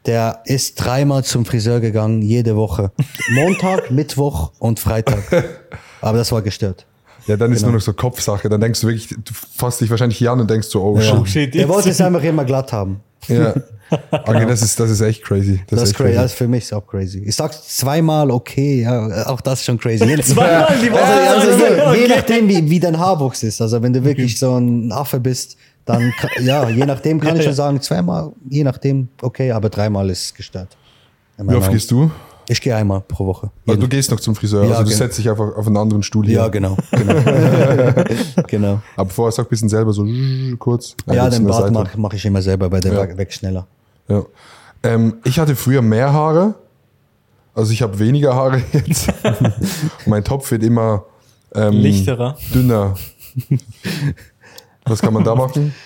Der ist dreimal zum Friseur gegangen, jede Woche. Montag, Mittwoch und Freitag. Aber das war gestört.
ja, dann ist
Genau.
nur noch so Kopfsache. Dann denkst du wirklich, du fasst dich wahrscheinlich hier an und denkst so, oh
oh,
shit.
shit,
Der wollte
jetzt,
es einfach immer glatt haben.
Ja. Okay, das ist, das ist echt crazy.
Genau. Das ist
echt
crazy. Das ist für mich auch crazy. Ich sag zweimal okay, ja, auch das ist schon crazy. Jedes
Zweimal die Woche.
Also, also, je,
Okay.
je nachdem, wie, wie dein Haarwuchs ist. Also wenn du wirklich so ein Affe bist, dann ka- ja, je nachdem kann ich schon sagen, zweimal, je nachdem, okay, aber dreimal ist gestört.
Wie
In meiner
oft
Meinung.
gehst du?
Ich gehe einmal pro Woche.
Also du gehst noch zum Friseur,
Ja,
also du
genau.
setzt dich einfach auf einen anderen Stuhl hier.
Ja, genau. Genau. genau.
Aber vorher sag ein bisschen selber so zzz, kurz.
Ja,
kurz an
den
der
Bart
Seite.
mache mach ich immer selber, weil der
Ja.
ja. wächst schneller.
Ja. Ähm, ich hatte früher mehr Haare. Also ich habe weniger Haare jetzt. mein Topf wird immer ähm,
Lichterer.
dünner. Was kann man da machen?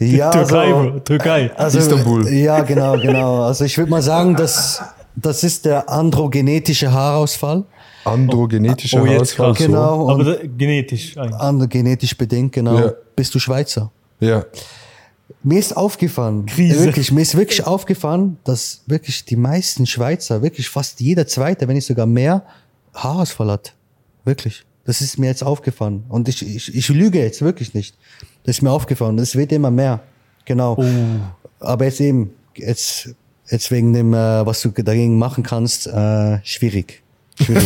Ja,
Türkei,
also-
Bro, Türkei.
Also,
Istanbul.
Ja, genau, genau. Also ich würde mal sagen, dass das ist der androgenetische Haarausfall.
Androgenetischer
Oh, jetzt
Haarausfall,
krass.
so.
Genau. und-
Aber da, genetisch eigentlich.
Androgenetisch bedingt, genau.
Ja.
Bist du Schweizer?
Ja.
Mir ist aufgefallen,
Krise.
wirklich, mir ist wirklich aufgefallen, dass wirklich die meisten Schweizer, wirklich fast jeder zweite, wenn nicht sogar mehr, Haarausfall hat. Wirklich. Das ist mir jetzt aufgefallen. Und ich, ich, ich lüge jetzt wirklich nicht. Das ist mir aufgefallen. Das wird immer mehr. Genau. Aber jetzt eben, jetzt, jetzt wegen dem, äh, was du dagegen machen kannst, äh, schwierig. Schwierig.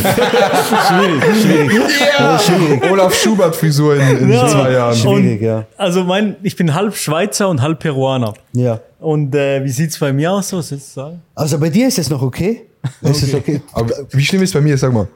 schwierig. Schwierig. Ja, schwierig.
Oh, Olaf Schubert-Frisur in, in
Ja.
zwei Jahren.
Schwierig. ja.
Also mein, ich bin halb Schweizer und halb Peruaner.
Ja.
Und äh, wie sieht's bei mir aus? Was willst du sagen?
Also bei dir ist es noch okay. Es ist okay.
Aber wie schlimm ist bei mir, sag mal.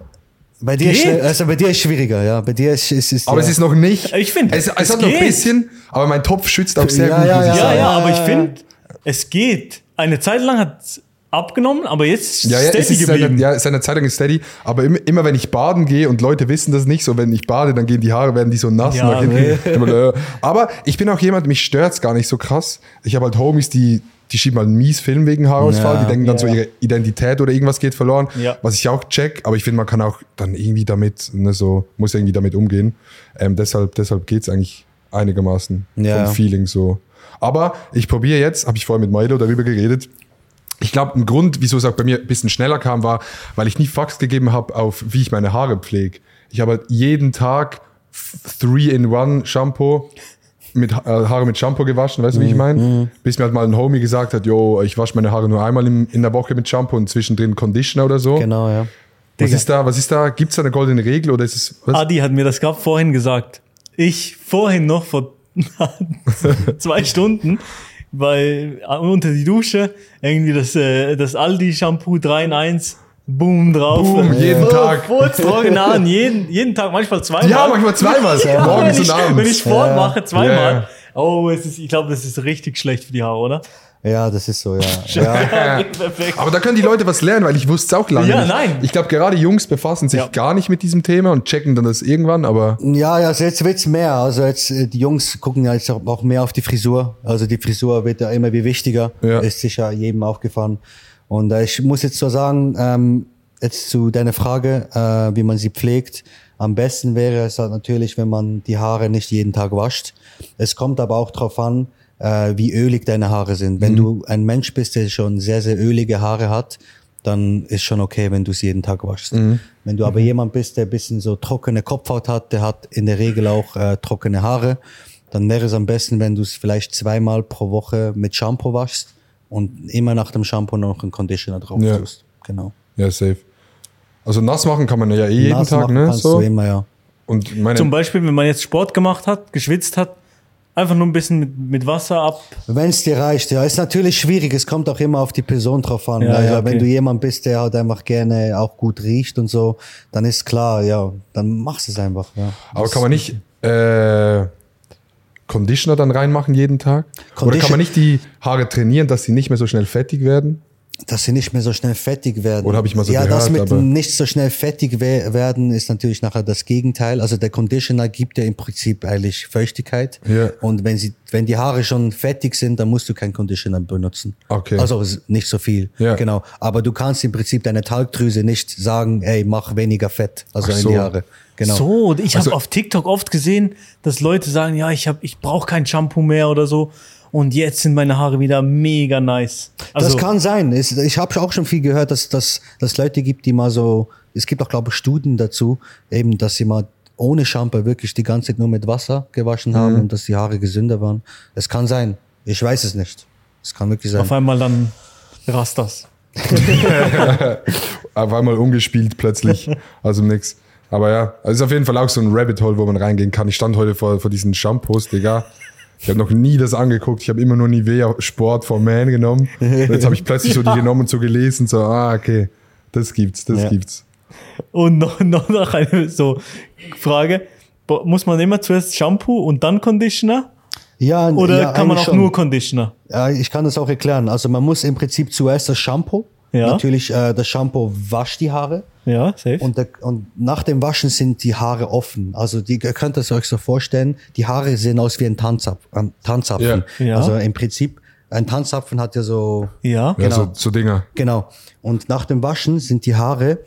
Bei dir,
Geht?
ist, schnell- also bei dir ist schwieriger, ja. Bei dir ist, ist, ist
Aber
ja.
es ist noch nicht.
Ich finde,
es, es,
es
hat noch ein
geht.
bisschen, aber mein Topf schützt auch sehr
Ja,
gut.
ja,
muss ich
ja.
Ja,
sagen.
ja, aber ich
äh,
finde, es geht. Eine Zeit lang hat's abgenommen, aber jetzt ist
Ja,
es
ja, es
steady
ist seine,
geblieben.
ja, seine Zeitung ist steady, aber im, immer wenn ich baden gehe und Leute wissen das nicht, so wenn ich bade, dann gehen die Haare, werden die so nass.
Ja,
und dann
nee.
gehen die- immer, äh. Aber ich bin auch jemand, mich stört's gar nicht so krass. Ich habe halt Homies, die, die schieben halt einen mies Film wegen Haarausfall,
Ja.
die denken dann
Ja,
so,
ja.
ihre Identität oder irgendwas geht verloren,
Ja.
was ich auch check, aber ich finde, man kann auch dann irgendwie damit, ne, so, muss irgendwie damit umgehen. Ähm, deshalb deshalb geht's eigentlich einigermaßen
Ja.
vom Feeling so. Aber ich probiere jetzt, habe ich vorhin mit Milo darüber geredet, ich glaube, ein Grund, wieso es auch bei mir ein bisschen schneller kam, war, weil ich nie Fax gegeben habe auf, wie ich meine Haare pflege. Ich habe halt jeden Tag 3-in-1 Shampoo mit Ha- äh, Haare mit Shampoo gewaschen, weißt du,
Mhm,
wie ich meine? Bis mir halt mal ein Homie gesagt hat, yo, ich wasche meine Haare nur einmal im, in der Woche mit Shampoo und zwischendrin Conditioner oder so.
Genau, ja.
Was ist da, was ist da, gibt es da eine goldene Regel oder ist es, was?
Adi hat mir das gerade vorhin gesagt. Ich vorhin noch vor zwei Stunden bei äh, unter die Dusche irgendwie das, äh, das Aldi-Shampoo 3 in 1, boom drauf.
Boom, jeden
Oh,
Tag.
Furztrocken an, jeden, jeden Tag, manchmal zweimal.
Ja, manchmal zweimal,
Ja,
morgens
wenn
und
ich,
abends.
Wenn ich Sport
Ja.
mache, zweimal.
Ja, ja.
Oh, es ist, ich glaube, das ist richtig schlecht für die Haare, oder?
Ja, das ist so, ja. ja.
Ja.
Perfekt.
Aber da können die Leute was lernen, weil ich wusste es auch lange
Ja,
nicht.
nein.
Ich glaube, gerade Jungs befassen sich
Ja.
gar nicht mit diesem Thema und checken dann das irgendwann, aber
Ja, ja, also jetzt wird's mehr. Also jetzt, äh, die Jungs gucken ja jetzt auch auch mehr auf die Frisur. Also die Frisur wird ja immer wie wichtiger.
Ja.
Ist sicher jedem aufgefallen. Und äh, ich muss jetzt so sagen, ähm, jetzt zu deiner Frage, äh, wie man sie pflegt. Am besten wäre es halt natürlich, wenn man die Haare nicht jeden Tag wascht. Es kommt aber auch drauf an, äh, wie ölig deine Haare sind. Wenn du ein Mensch bist, der schon sehr, sehr ölige Haare hat, dann ist schon okay, wenn du es jeden Tag waschst. Wenn du aber jemand bist, der ein bisschen so trockene Kopfhaut hat, der hat in der Regel auch äh, trockene Haare, dann wäre es am besten, wenn du es vielleicht zweimal pro Woche mit Shampoo waschst und immer nach dem Shampoo noch einen Conditioner drauf
Ja.
tust. Genau.
ja, safe. Also nass machen kann man ja eh jeden
Nass
Tag,
machen
ne?
kannst
So.
du immer, ja.
Und meine,
Zum Beispiel, wenn man jetzt Sport gemacht hat, geschwitzt hat, einfach nur ein bisschen mit, mit Wasser ab.
Wenn es dir reicht, ja, ist natürlich schwierig. Es kommt auch immer auf die Person drauf an.
Ja,
also,
ja, okay.
Wenn du jemand bist, der halt einfach gerne auch gut riecht und so, dann ist klar, ja, dann machst du es einfach. Ja.
aber kann man nicht äh, Conditioner dann reinmachen jeden Tag? Oder kann
Condition-
man nicht die Haare trainieren, dass sie nicht mehr so schnell fettig werden?
dass sie nicht mehr so schnell fettig werden.
Oder habe ich mal so
Ja, das
gehört,
mit
aber-
nicht so schnell fettig we werden ist natürlich nachher das Gegenteil. Also der Conditioner gibt ja im Prinzip eigentlich Feuchtigkeit.
Ja.
Und wenn sie, wenn die Haare schon fettig sind, dann musst du keinen Conditioner benutzen.
Okay.
Also s- nicht so viel.
Ja.
Genau. Aber du kannst im Prinzip deine Talgdrüse nicht sagen, ey, mach weniger Fett, also
Ach
in
so.
die Haare. Genau.
So, ich habe
Also-
auf TikTok oft gesehen, dass Leute sagen, ja, ich, hab- ich brauche kein Shampoo mehr oder so. Und jetzt sind meine Haare wieder mega nice. Also,
das kann sein. Es- Ich habe auch schon viel gehört, dass dass dass Leute gibt, die mal so, es gibt auch, glaube ich, Studien dazu, eben, dass sie mal ohne Shampoo wirklich die ganze Zeit nur mit Wasser gewaschen
Mhm.
haben und dass die Haare gesünder waren. Es kann sein. Ich weiß es nicht. Es kann wirklich sein.
auf einmal dann Rastas.
Auf einmal umgespielt plötzlich, also nix. Aber ja, es ist auf jeden Fall auch so ein Rabbit Hole, wo man reingehen kann. Ich stand heute vor, vor diesen Shampoos, Digga. Ich habe noch nie das angeguckt. Ich habe immer nur Nivea Sport for Man genommen. Und jetzt habe ich plötzlich so die genommen und so gelesen, so, ah, okay, das gibt's, das
Ja.
gibt's.
Und noch, noch, noch eine so Frage. Bo- Muss man immer zuerst Shampoo und dann Conditioner?
Ja,
Oder
ja,
kann man
eigentlich
auch
schon.
nur Conditioner?
Ja, ich kann das auch erklären. Also man muss im Prinzip zuerst das Shampoo.
Ja.
Natürlich, äh, das Shampoo wascht die Haare.
Ja, safe.
Und, der, und nach dem Waschen sind die Haare offen. Also die, ihr könnt es euch so vorstellen, die Haare sehen aus wie ein Tanzapf, ähm, Tanzapfen.
Ja. Ja.
Also im Prinzip, ein Tanzapfen hat ja so...
ja.
Ja,
Genau.
so, so Dinger.
Genau. Und nach dem Waschen sind die Haare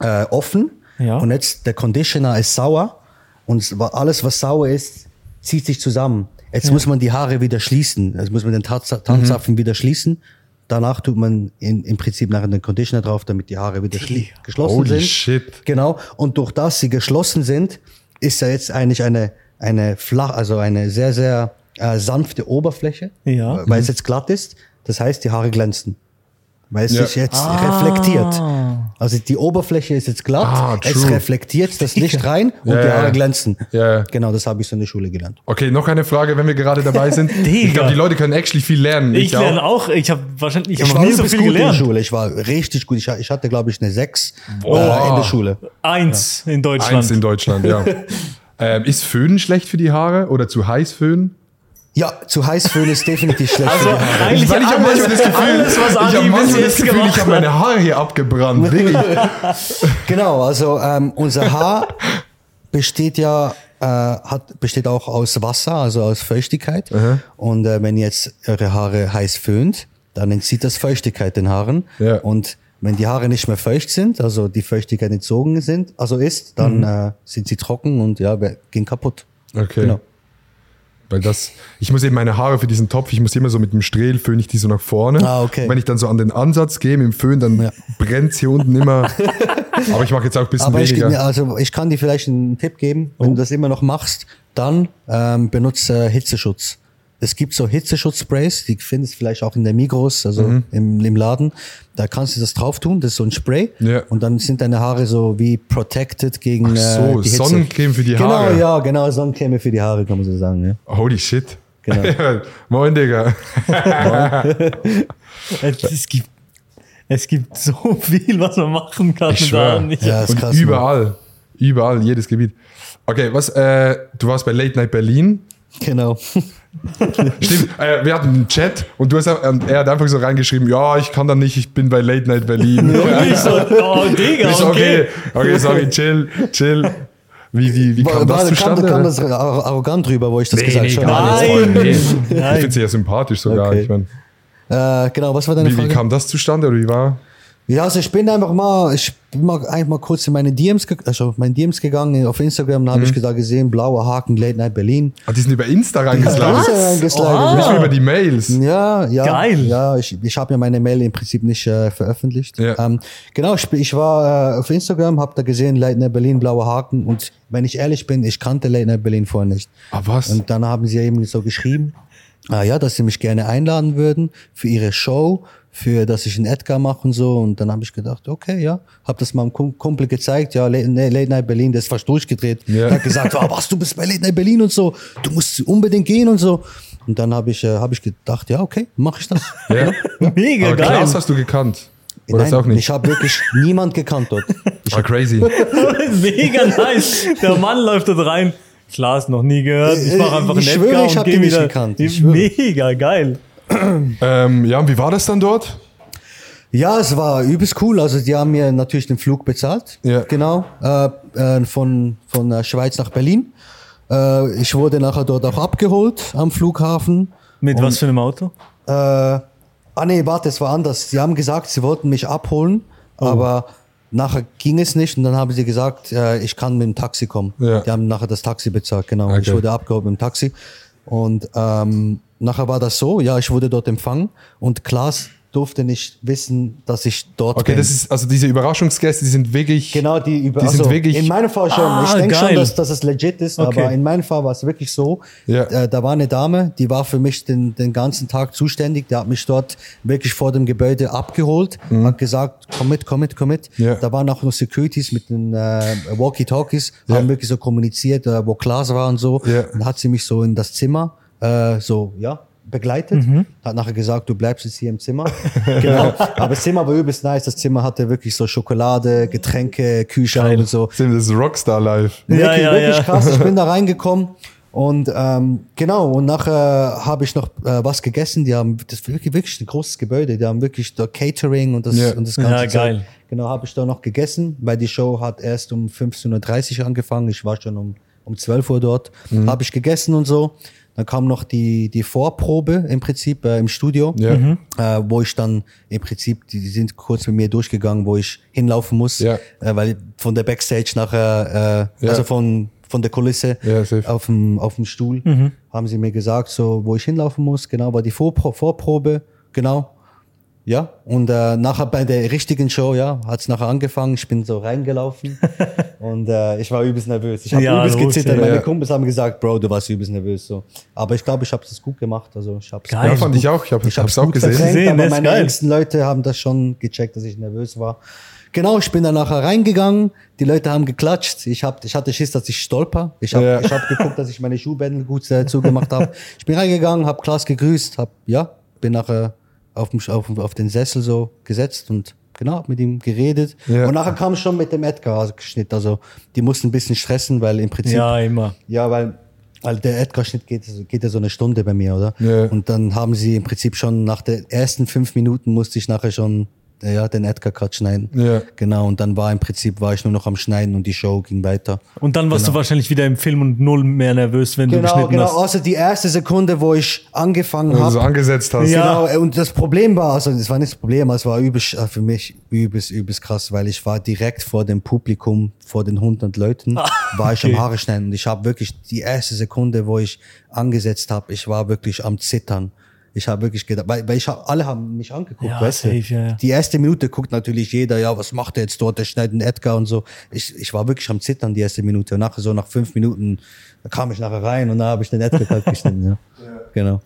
äh, offen.
Ja.
Und jetzt der Conditioner ist sauer. Und es war- alles, was sauer ist, zieht sich zusammen. Jetzt muss man die Haare wieder schließen. Jetzt muss man den Tanz Tanzapfen wieder schließen. Danach tut man in, im Prinzip nachher den Conditioner drauf, damit die Haare wieder schli- geschlossen
Holy
sind.
shit.
Genau. Und durch das sie geschlossen sind, ist ja jetzt eigentlich eine, eine flach, also eine sehr, sehr äh, sanfte Oberfläche.
Ja.
Weil es jetzt glatt ist. Das heißt, die Haare glänzen. Weil es
Ja.
sich jetzt
Ah.
reflektiert. Also die Oberfläche ist jetzt glatt,
Ah,
es
true.
reflektiert das Licht rein und
Ja,
die
ja.
Haare glänzen.
Ja.
Genau, das habe ich so in der Schule gelernt.
Okay, noch eine Frage, wenn wir gerade dabei sind. ich
Digga.
glaube, die Leute können actually viel lernen.
Ich, lerne auch. Ich habe wahrscheinlich ich hab
Ich
noch
war
nie so
übrigens
viel
gut in der
gelernt.
Schule. Ich war richtig gut. Ich, ha- ich hatte, glaube ich, eine 6 äh,
Boah.
in der Schule.
Eins in Deutschland.
Eins in Deutschland, ja. ähm, ist Föhn schlecht für die Haare oder zu heiß Föhn?
Ja, zu heiß föhnen ist definitiv schlecht. für die
Also
Haare.
eigentlich
Weil ich habe manchmal das Gefühl,
alles, was
ich
Adi
habe manchmal das
jetzt
Gefühl,
gemacht
ich habe meine Haare hier abgebrannt. Wirklich.
Genau, also ähm, unser Haar besteht ja äh, hat, besteht auch aus Wasser, also aus Feuchtigkeit. Und äh, wenn ihr jetzt eure Haare heiß föhnt, dann entzieht das Feuchtigkeit den Haaren.
Ja.
Und wenn die Haare nicht mehr feucht sind, also die Feuchtigkeit entzogen sind, also ist, dann äh, sind sie trocken und ja, wir- gehen kaputt.
Okay.
Genau.
Weil das, ich muss eben meine Haare für diesen Topf, ich muss die immer so mit dem Strehl föhne ich die so nach vorne.
Ah, okay.
Und wenn ich dann so an den Ansatz gehe mit dem Föhn, dann
Ja.
brennt hier unten immer. Aber ich mache jetzt auch ein bisschen
Aber ich,
weniger. Oh.
also ich kann dir vielleicht einen Tipp geben, wenn du das immer noch machst, dann ähm, benutze äh, Hitzeschutz. Es gibt so Hitzeschutzsprays, die findest du vielleicht auch in der Migros, also
Mhm.
im, im Laden. Da kannst du das drauf tun, das ist so ein Spray.
Ja.
Und dann sind deine Haare so wie protected gegen
Ach so,
äh, die Hitze.
Sonnencreme für die Haare.
Genau, ja, genau, Sonnencreme für die Haare, kann man so sagen. Ja.
Holy shit.
Genau.
Moin, Digga.
Es, es, gibt, es gibt so viel, was man machen kann.
Ich
mit
schwör.
Haaren. Ich-
Ja, ist
Und
krass. Mann.
überall. Überall, jedes Gebiet. Okay, was, äh, du warst bei Late Night Berlin.
Genau.
Stimmt, äh, wir hatten einen Chat und du hast, äh, und er hat einfach so reingeschrieben, ja, ich kann da nicht, ich bin bei Late Night Berlin.
Und ich so, oh, Digga,
Ich so,
okay.
okay, okay, sorry, chill, chill. Wie, wie, wie
War,
kam das
war, kam,
zustande?
kam das arro- arrogant rüber, wo ich das gesagt habe?
gar nicht.
voll,
Nein.
nee.
Nein.
Ich finde sie ja sympathisch sogar.
Okay.
Ich mein,
Äh, genau, was war deine
wie, wie
Frage?
kam das zustande oder wie war?
Ja, also ich bin einfach mal, ich bin mal, einfach mal kurz in meine DMs, ge- also auf meine DMs gegangen, auf Instagram, da habe ich da gesehen, blauer Haken, Late Night Berlin.
Ah, die sind über Insta reingeslagen.
Da ist er
Oha.
reingeslidet,
Nicht mehr über die Mails.
Ja, ja.
Geil.
Ja, ich, ich habe ja meine Mail im Prinzip nicht äh, veröffentlicht.
Ja.
Ähm, genau, ich, bin- ich war äh, auf Instagram, habe da gesehen, Late Night Berlin, blauer Haken und wenn ich ehrlich bin, ich kannte Late Night Berlin vorher nicht.
Ah, was?
Und dann haben sie eben so geschrieben, ah ja, dass sie mich gerne einladen würden für ihre Show, für dass ich einen Edgar mache und so. Und dann habe ich gedacht, okay, ja, habe das meinem Kum- Kumpel gezeigt, ja, Late, nee, Late Night Berlin, der ist fast durchgedreht.
Ja.
Der hat gesagt, ah, was, du bist bei Late Night Berlin und so, du musst unbedingt gehen und so. Und dann habe ich, äh, hab ich gedacht, ja, okay, mache ich das.
Ja.
Mega
Aber
geil.
Klaas hast du gekannt. Oder ist auch
Ich
nicht?
habe wirklich niemand gekannt dort.
War crazy.
Mega nice. Der Mann läuft dort rein. Klar, ist noch nie gehört. Ich mache einfach einen
Äh, Ich schwöre,
Edgar
ich
und
hab
geh
die nicht
wieder.
gekannt. Ich schwöre.
Mega geil.
ähm, ja, und wie war das dann dort?
Ja, es war übelst cool. Also die haben mir natürlich den Flug bezahlt.
Ja.
Genau. Äh, äh, von von der Schweiz nach Berlin. Äh, ich wurde nachher dort auch abgeholt am Flughafen.
Mit was für einem Auto?
Äh, ah nee, warte, es war anders. Sie haben gesagt, sie wollten mich abholen,
Oh.
aber nachher ging es nicht und dann haben sie gesagt, äh, ich kann mit dem Taxi kommen.
Ja.
Die haben nachher das Taxi bezahlt, genau. Ich
Okay.
wurde abgeholt mit dem Taxi und ähm, nachher war das so, ja, ich wurde dort empfangen und Klaas durfte nicht wissen, dass ich dort
Okay,
bin.
das ist, also diese Überraschungsgäste, die sind wirklich.
Genau, die über.
Die sind
also,
wirklich-
in meinem Fall schon.
Ah,
ich denke
geil.
schon, dass, dass es legit ist,
Okay.
aber in meinem Fall war es wirklich so.
Ja.
Äh, da war eine Dame, die war für mich den, den ganzen Tag zuständig. Die hat mich dort wirklich vor dem Gebäude abgeholt, hat gesagt, komm mit, komm mit, komm mit.
Mhm. Ja.
Da waren auch noch Securities mit den äh, Walkie-Talkies, haben wirklich so kommuniziert, äh, wo Klaas war und so.
Ja.
Dann hat sie mich so in das Zimmer, äh, so, ja, begleitet. Hat nachher gesagt, du bleibst jetzt hier im Zimmer. genau. Aber das Zimmer war übelst nice. Das Zimmer hatte wirklich so Schokolade, Getränke, Kühlschrank und so.
Das ist Rockstar Life.
Ja,
wirklich,
ja,
wirklich
ja.
krass. Ich bin da reingekommen. Und ähm, genau, und nachher habe ich noch äh, was gegessen. Die haben das ist wirklich, wirklich ein großes Gebäude. Die haben wirklich da Catering und das,
Ja.
und das
Ja,
ganze
geil.
Zeug. Genau, habe ich da noch gegessen, weil die Show hat erst um 15.30 Uhr angefangen. Ich war schon um, um 12 Uhr dort.
Mhm.
Habe ich gegessen und so. Dann kam noch die, die Vorprobe im Prinzip äh, im Studio,
Ja. Mhm.
äh, wo ich dann im Prinzip, die, die sind kurz mit mir durchgegangen, wo ich hinlaufen muss,
Ja.
äh, weil von der Backstage nachher, äh,
Ja.
also von, von der Kulisse
Ja, safe.
auf dem, auf dem Stuhl,
Mhm.
haben sie mir gesagt, so, wo ich hinlaufen muss, genau, war die Vorpro Vorprobe, genau. Ja, und äh, nachher bei der richtigen Show, ja, hat's nachher angefangen, ich bin so reingelaufen und äh, ich war übelst nervös. Ich habe
Ja,
übelst
logisch,
gezittert,
ja.
meine
Ja.
Kumpels haben gesagt, Bro, du warst übelst nervös. So. Aber ich glaube, ich habe es gut gemacht. Also ich habe es
Geil.
Ja, fand ich auch. Ich, hab, ich hab's auch gesehen.
verdrängt. Gesehen,
aber
ist
meine
geil.
engsten Leute haben das schon gecheckt, dass ich nervös war. Genau, ich bin dann nachher reingegangen, die Leute haben geklatscht, ich, hab, ich hatte Schiss, dass ich stolper. Ich habe
Ja.
ich hab geguckt, dass ich meine Schuhbänder gut äh, zugemacht habe. Ich bin reingegangen, habe Klaas gegrüßt, hab, ja, bin nachher auf, dem, auf, auf den Sessel so gesetzt und genau, hab mit ihm geredet.
Ja.
Und nachher kam ich schon mit dem Edgar-Schnitt, also die mussten ein bisschen stressen, weil im Prinzip
Ja, immer.
ja, weil, weil der Edgar-Schnitt geht, geht ja so eine Stunde bei mir, oder?
Ja.
Und dann haben sie im Prinzip schon nach den ersten fünf Minuten musste ich nachher schon äh, ja, den Edgar-Cut schneiden.
Ja.
Genau, und dann war im Prinzip war ich nur noch am Schneiden und die Show ging weiter.
Und dann warst
Genau.
du wahrscheinlich wieder im Film und null mehr nervös, wenn du geschnitten hast.
Außer die erste Sekunde, wo ich angefangen
Also
habe.
angesetzt hast.
Ja.
Genau, äh, und das Problem war, also das war nicht das Problem, es war übelst, äh, für mich übelst, übelst krass, weil ich war direkt vor dem Publikum, vor den 100 Leuten,
Ah,
war ich am Haare schneiden und ich habe wirklich die erste Sekunde, wo ich angesetzt habe, ich war wirklich am Zittern. Ich habe wirklich gedacht, weil, weil ich hab, alle haben mich angeguckt,
Ja,
weißt du?
safe, ja, ja.
Die erste Minute guckt natürlich jeder, ja, was macht er jetzt dort, der schneidet einen Edgar und so. Ich, ich war wirklich am Zittern die erste Minute und nachher so nach fünf Minuten da kam ich nachher rein und da habe ich den Edgar halt geschnitten, ja. Genau.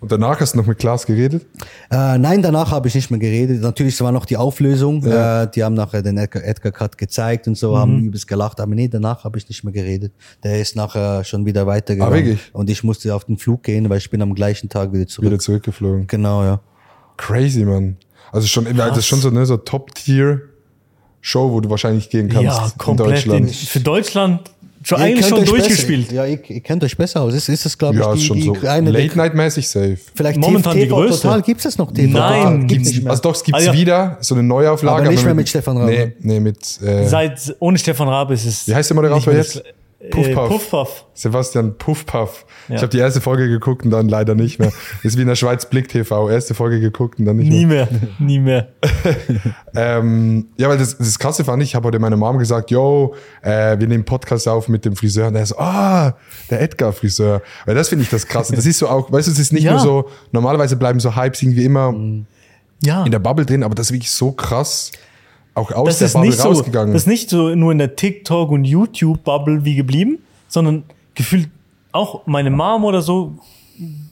Und danach hast du noch mit Klaas geredet.
Äh, nein, danach habe ich nicht mehr geredet. Natürlich war noch die Auflösung. Äh, die haben nachher den Edgar, Edgar Cut gezeigt und so,
Mhm.
haben übelst gelacht. Aber nee, danach habe ich nicht mehr geredet. Der ist nachher schon wieder weitergegangen.
Ah, wirklich?
Und ich musste auf den Flug gehen, weil ich bin am gleichen Tag wieder zurück.
Wieder zurückgeflogen.
Genau, ja.
Crazy, Mann. Also schon, das ist schon so eine so Top-Tier-Show, wo du wahrscheinlich gehen kannst
Ja, komplett.
in
In,
Deutschland.
für Deutschland schon,
Ihr
eigentlich
kennt
schon
euch
durchgespielt.
Besser. Ja, ihr, ihr kennt euch besser aus. Ist, ist das, glaube ich,
ja, ist
die,
schon
die
so
eine der-
Late-Night-mäßig safe.
Vielleicht
Momentan die
TV
größte.
Total gibt es noch TV Total.
Nein,
Gibt's
gibt's
nicht mehr.
Also doch, es gibt
Ah, ja.
wieder so eine Neuauflage.
Aber nicht mehr mit Stefan Raab.
Nee, nee mit äh,
Seit, ohne Stefan Raab ist es.
Wie heißt der Moderator
nicht mehr
jetzt?
das- Äh,
Puff Puff.
Puff Puff.
Sebastian Puffpuff.
Ja.
Ich habe die erste Folge geguckt und dann leider nicht mehr. ist wie in der Schweiz Blick TV. Erste Folge geguckt und dann nicht
Nie
mehr.
mehr, nie mehr.
Ähm, ja, weil das, das Krasse fand ich, ich habe heute meiner Mom gesagt, yo, äh, wir nehmen Podcast auf mit dem Friseur. Und er so, ah, der Edgar-Friseur. Weil das finde ich das Krasse. Das ist so auch, weißt du, es ist nicht
Ja. Mhm.
nur so, normalerweise bleiben so Hypes irgendwie immer
Ja,
in der Bubble drin, aber das ist wirklich so krass auch aus
das
der
ist
Bubble
nicht so, das
rausgegangen.
ist nicht so nur in der TikTok und YouTube Bubble wie geblieben, sondern gefühlt auch meine Mom oder so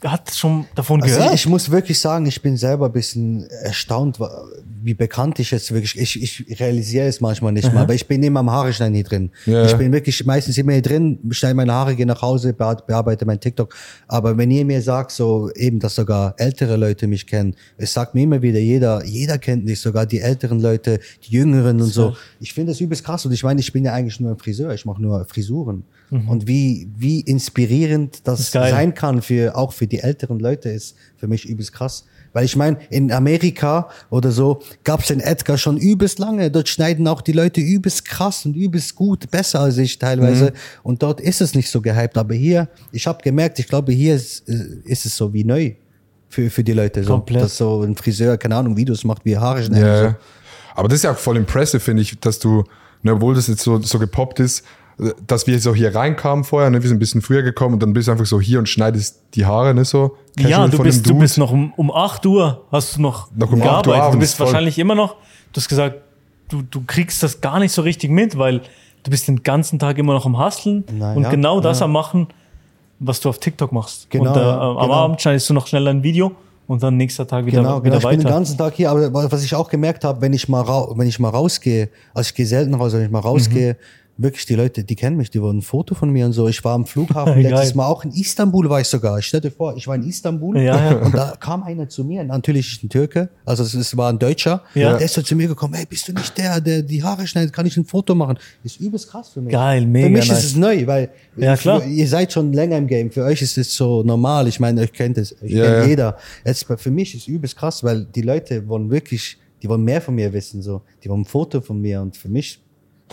hat schon davon
Also
gehört.
ich muss wirklich sagen, ich bin selber ein bisschen erstaunt, wa- wie bekannt ich jetzt wirklich. Ich, ich realisiere es manchmal nicht mal, aber ich bin immer am Haare schneiden hier drin.
Ja.
Ich bin wirklich meistens immer hier drin, schneide meine Haare, gehe nach Hause, bear- bearbeite mein TikTok. Aber wenn ihr mir sagt, so eben, dass sogar ältere Leute mich kennen, es sagt mir immer wieder jeder, jeder kennt mich, sogar die älteren Leute, die Jüngeren und so. Ich finde das übelst krass und ich meine, ich bin ja eigentlich nur ein Friseur, ich mache nur Frisuren. Und wie, wie inspirierend das
Mhm. Ist geil.
sein sein kann für auch für die älteren Leute ist für mich übelst krass. Weil ich meine, in Amerika oder so gab es den Edgar schon übelst lange. Dort schneiden auch die Leute übelst krass und übelst gut, besser als ich teilweise. Und dort ist es nicht so gehypt. Aber hier, ich habe gemerkt, ich glaube, hier ist, äh, ist es so wie neu für, für die Leute. So,
Komplett.
Dass so ein Friseur, keine Ahnung, Videos macht, wie er Haare schneidet.
Ja,
So.
ja. Also, Aber das ist ja auch voll impressive, finde ich, dass du, ne, obwohl das jetzt so, so gepoppt ist, äh, dass wir so hier reinkamen vorher, ne, wir sind ein bisschen früher gekommen und dann bist du einfach so hier und schneidest die Haare, ne, so.
ja,
casual
du
von dem
bist, du
Dude.
bist noch um, um 8 Uhr, hast du noch,
Noch um 8 Uhr
Du
abends,
bist
voll.
wahrscheinlich immer noch, du hast gesagt, du, du kriegst das gar nicht so richtig mit, weil du bist den ganzen Tag immer noch am Hasseln
Na
und
ja,
genau das am Machen, was du auf TikTok machst.
Genau,
und äh,
ja,
am
genau.
Abend schneidest du noch schneller ein Video und dann nächster Tag wieder,
Genau, genau.
wieder
Ich bin den
weiter.
ganzen Tag hier, aber wa- was ich auch gemerkt habe, wenn ich mal rau wenn ich mal rausgehe, also ich gehe selten raus, wenn ich mal rausgehe,
Mhm.
wirklich die Leute, die kennen mich, die wollen ein Foto von mir und so. Ich war am Flughafen
Geil.
letztes Mal auch in Istanbul war ich sogar. Ich stell dir vor, ich war in Istanbul
Ja, ja.
und da kam einer zu mir, natürlich ist ein Türke, also es ist- war ein Deutscher,
Ja.
der ist so zu mir gekommen, hey, bist du nicht der, der die Haare schneidet, kann ich ein Foto machen? Ist übelst krass für mich.
Geil, mega
Für mich
nice.
ist es neu, weil
Ja, klar.
ihr seid schon länger im Game. Für euch ist es so normal. Ich meine, euch kennt es, euch
Ja,
kennt
ja.
jeder. Jetzt, für mich ist übelst krass, weil die Leute wollen wirklich, die Die wollen mehr von mir wissen, so. Die wollen ein Foto von mir und für mich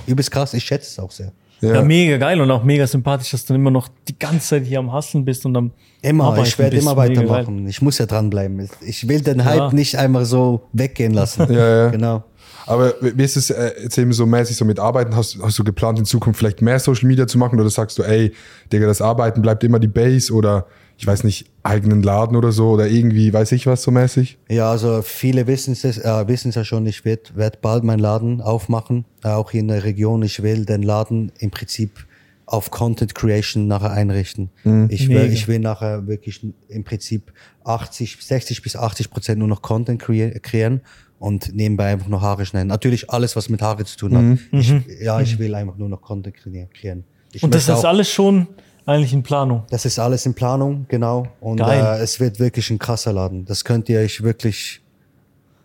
übelst krass. Ich schätze es auch sehr.
Ja. mega geil und auch mega sympathisch, dass du immer noch die ganze Zeit hier am Hasseln bist und am
Immer,
Arbeiten
ich werde
bist.
immer
Mega
weitermachen. Ich muss ja dranbleiben. Ich will den Hype
Ja.
nicht einmal so weggehen lassen.
Ja, ja.
Genau.
Aber wie wie ist es äh, jetzt eben so mäßig so mit Arbeiten? Hast, hast du geplant, in Zukunft vielleicht mehr Social Media zu machen? Oder sagst du, ey, Digga, das Arbeiten bleibt immer die Base oder ich weiß nicht, eigenen Laden oder so oder irgendwie, weiß ich was so mäßig?
Ja, also viele wissen es, äh, wissen es ja schon, ich werde werd bald meinen Laden aufmachen, äh, auch hier in der Region. Ich will den Laden im Prinzip auf Content Creation nachher einrichten. Ich, will,
Mhm. Mega.
ich will nachher wirklich im Prinzip 80, 60 bis 80 Prozent nur noch Content crea- kreieren und nebenbei einfach nur Haare schneiden. Natürlich alles, was mit Haare zu tun hat.
Mhm.
Ich, ja, ich will einfach nur noch Content kre- kreieren. Ich
Und das ist
möchte auch-
alles schon eigentlich in Planung.
das ist alles in Planung, genau. Und
Geil.
äh, es wird wirklich ein krasser Laden. Das könnt ihr euch wirklich.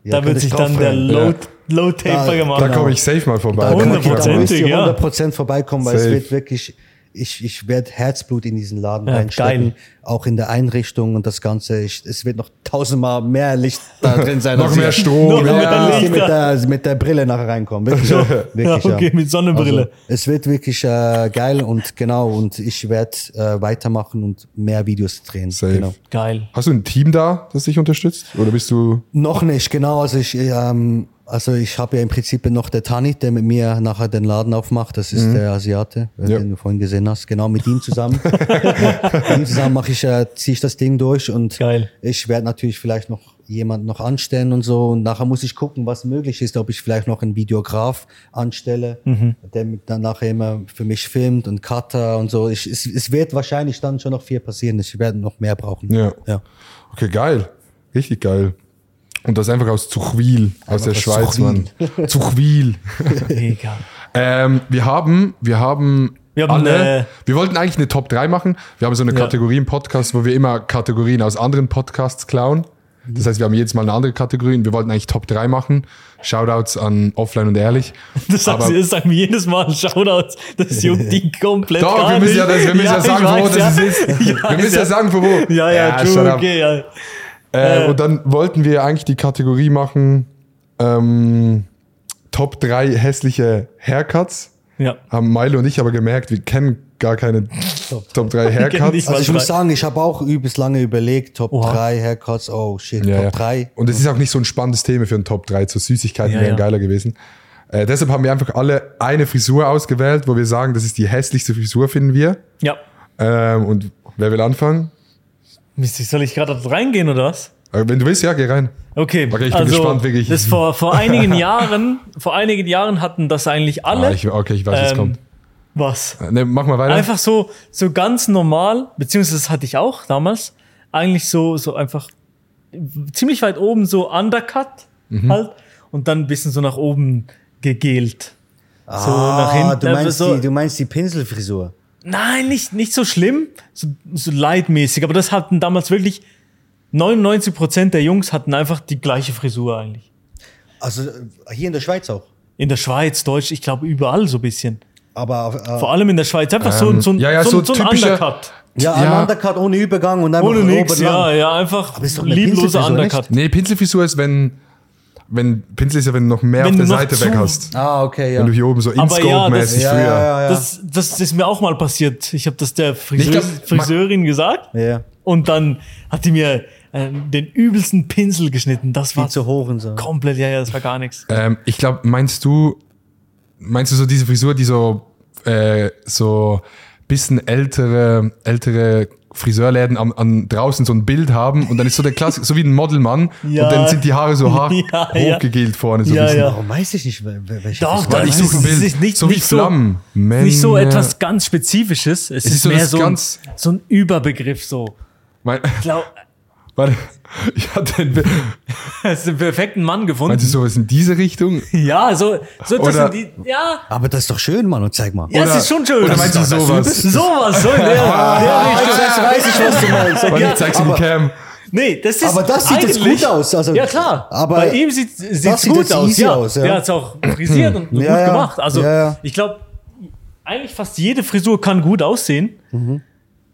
ja,
da
könnt
wird
euch
sich dann der
draufrennen.
Load, Load Taper
Da-
gemacht.
Da
Genau.
komme ich safe mal vorbei.
da
Kann
könnt
ich
ihr,
mal
da
sagen.
müsst ihr
Hundertprozentig, ja.
100% vorbeikommen, weil
Safe.
es wird wirklich. Ich, ich werde Herzblut in diesen Laden
Ja,
reinstecken.
geil.
Auch in der Einrichtung und das Ganze. Ich, es wird noch tausendmal mehr Licht da drin sein.
Noch
als
mehr
ihr-
Strom.
Noch
Ja,
mehr
als ihr
Licht.
mit, der, mit der Brille nachher reinkommen. Wirklich, ja. wirklich,
Ja, okay, mit Sonnenbrille.
Also, es wird wirklich äh, geil und genau. Und ich werde äh, weitermachen und mehr Videos drehen.
Safe.
Genau.
Geil.
Hast du ein Team da, das dich unterstützt? Oder bist du.
Noch nicht, genau. Also ich, ähm, also ich habe ja im Prinzip noch der Tani, der mit mir nachher den Laden aufmacht. Das ist der Asiate, äh,
Mhm. Ja.
den du vorhin gesehen hast. Genau, mit ihm zusammen. mit ihm zusammen mache ich, äh, ziehe ich das Ding durch und
Geil.
ich werde natürlich vielleicht noch jemanden noch anstellen und so. Und nachher muss ich gucken, was möglich ist, ob ich vielleicht noch einen Videograf anstelle,
Mhm.
der mit- dann nachher immer für mich filmt und Cutter und so. Ich, es, es wird wahrscheinlich dann schon noch viel passieren. Ich werde noch mehr brauchen.
Ja.
ja.
Okay, geil. Richtig geil. Und das einfach aus Zuchwil, aus der
aus
Schweiz, Mann. Zuchwil.
Mega.
Ähm, wir haben, wir haben,
Wir haben
alle,
eine-
wir wollten eigentlich eine Top 3 machen. Wir haben so eine
Ja.
Kategorie im Podcast, wo wir immer Kategorien aus anderen Podcasts klauen. Das heißt, wir haben jedes Mal eine andere Kategorie und wir wollten eigentlich Top 3 machen. Shoutouts an Offline und Ehrlich.
Das, sagt,
Aber-
sie- das sagen wir jedes Mal. Shoutouts. Das juckt die komplett
Doch,
gar
wir müssen
nicht.
ja, das, wir müssen ja,
ich
sagen, wo
weiß,
das
ja.
ist.
Ich
wir
weiß,
müssen ja,
ja.
sagen, für wo.
Ja, ja,
shut
true,
up.
okay, ja.
Äh,
Äh.
Und dann wollten wir eigentlich die Kategorie machen, ähm, Top 3 hässliche Haircuts.
ja.
Haben Milo und ich aber gemerkt, wir kennen gar keine Top 3
kennen
Haircuts.
nicht mal
Also ich
drei.
muss sagen, ich habe auch übelst lange überlegt, Top
Oha.
3 Haircuts, oh shit,
Ja, ja.
Top 3.
Und es ist auch nicht so ein spannendes Thema für einen Top 3. Zu Süßigkeiten
Ja,
wären
ja.
geiler gewesen. Äh, deshalb haben wir einfach alle eine Frisur ausgewählt, wo wir sagen, das ist die hässlichste Frisur, finden wir.
ja.
Ähm, und wer will anfangen?
Mist, soll ich gerade reingehen oder was?
Äh, wenn du willst, ja, geh rein.
Okay,
Okay, ich bin
also,
gespannt, wirklich.
Das vor, vor einigen Jahren, vor einigen Jahren hatten das eigentlich alle.
Ah, ich, okay, ich weiß, was
Ähm,
kommt.
was?
Äh, Ne, mach mal weiter.
Einfach so, so ganz normal, beziehungsweise das hatte ich auch damals, eigentlich so, so einfach ziemlich weit oben so undercut halt und dann ein bisschen so nach oben gegelt. So nach hinten. also
Ah, du, meinst
so,
die, du meinst die Pinselfrisur.
nein, nicht, nicht so schlimm, so, so leidmäßig, aber das hatten damals wirklich 99% der Jungs hatten einfach die gleiche Frisur eigentlich.
Also äh, hier in der Schweiz auch.
In der Schweiz, Deutsch, ich glaube überall so ein bisschen.
Aber äh,
Vor allem in der Schweiz, einfach so, ein- so, ein-
ja, ja,
so, ein-
so
so ein
typischer-
Undercut.
ja, ein
ja.
Undercut ohne Übergang und einfach
Ohne
nur
nix,
oben lang.
ja, ja, einfach
ist doch eine
liebloser
Pinselfrisur, nicht?
Undercut.
Nee, Pinselfrisur ist, wenn, wenn Pinsel ist ja, wenn du noch mehr
Wenn
auf der
du noch
Seite
zu-
weg hast.
Ah, okay, ja.
Wenn du hier oben so
Aber ja, das-
Inscope-mäßig
ja,
früher.
ja, ja, ja.
Das, das ist mir auch mal passiert. Ich habe das der Friseur,
Nee, ich glaub,
Friseurin gesagt
ja.
und dann hat die mir äh, den übelsten Pinsel geschnitten. Das
Viel
war
zu hoch und so.
komplett, ja, ja, das war gar nichts.
Ähm, ich glaube, meinst du, meinst du so diese Frisur, die so, äh, so bisschen ältere, ältere Friseurläden am, an draußen so ein Bild haben und dann ist so der Klassiker, so wie ein Modelmann
Ja.
und dann sind die Haare so haar
Ja, ja.
hochgegelt vorne so
Ja,
ein bisschen.
ja.
Warum weiß ich nicht, wel- wel- welche
Doch,
Frisur?
doch,
Weil ich
ich
suche ein
es
Bild.
ist nicht-
so wie
nicht so-
Flammen. Männer.
Nicht so etwas ganz Spezifisches. Es, ist,
ist so
mehr
das
so ein,
ganz-
so ein Überbegriff. So,
Mein,
Glaub,
warte, ich hatte ein Bild.
hast du einen perfekten Mann gefunden.
Meinst du sowas in diese Richtung?
ja, so, so das
Oder-
sind die. Ja,
Aber das ist doch schön, Mann, und zeig mal.
ja,
Oder-
es ist schon schön.
Oder meinst du
Das- das-
sowas?
das- Sowas, so in der,
Ah,
der Richtung.
jetzt weiß ich, was du meinst.
Warte, ich zeig's in die Cam.
Nee, das ist
Aber das sieht jetzt
eigentlich-
gut aus, also-
ja, klar.
Aber
Bei ihm sieht es
sieht
gut
jetzt
aus.
easy
Ja.
aus, ja.
Der hat es auch frisiert und gut
ja.
gemacht. Also,
Ja, ja.
ich glaube, eigentlich fast jede Frisur kann gut aussehen.
Mhm.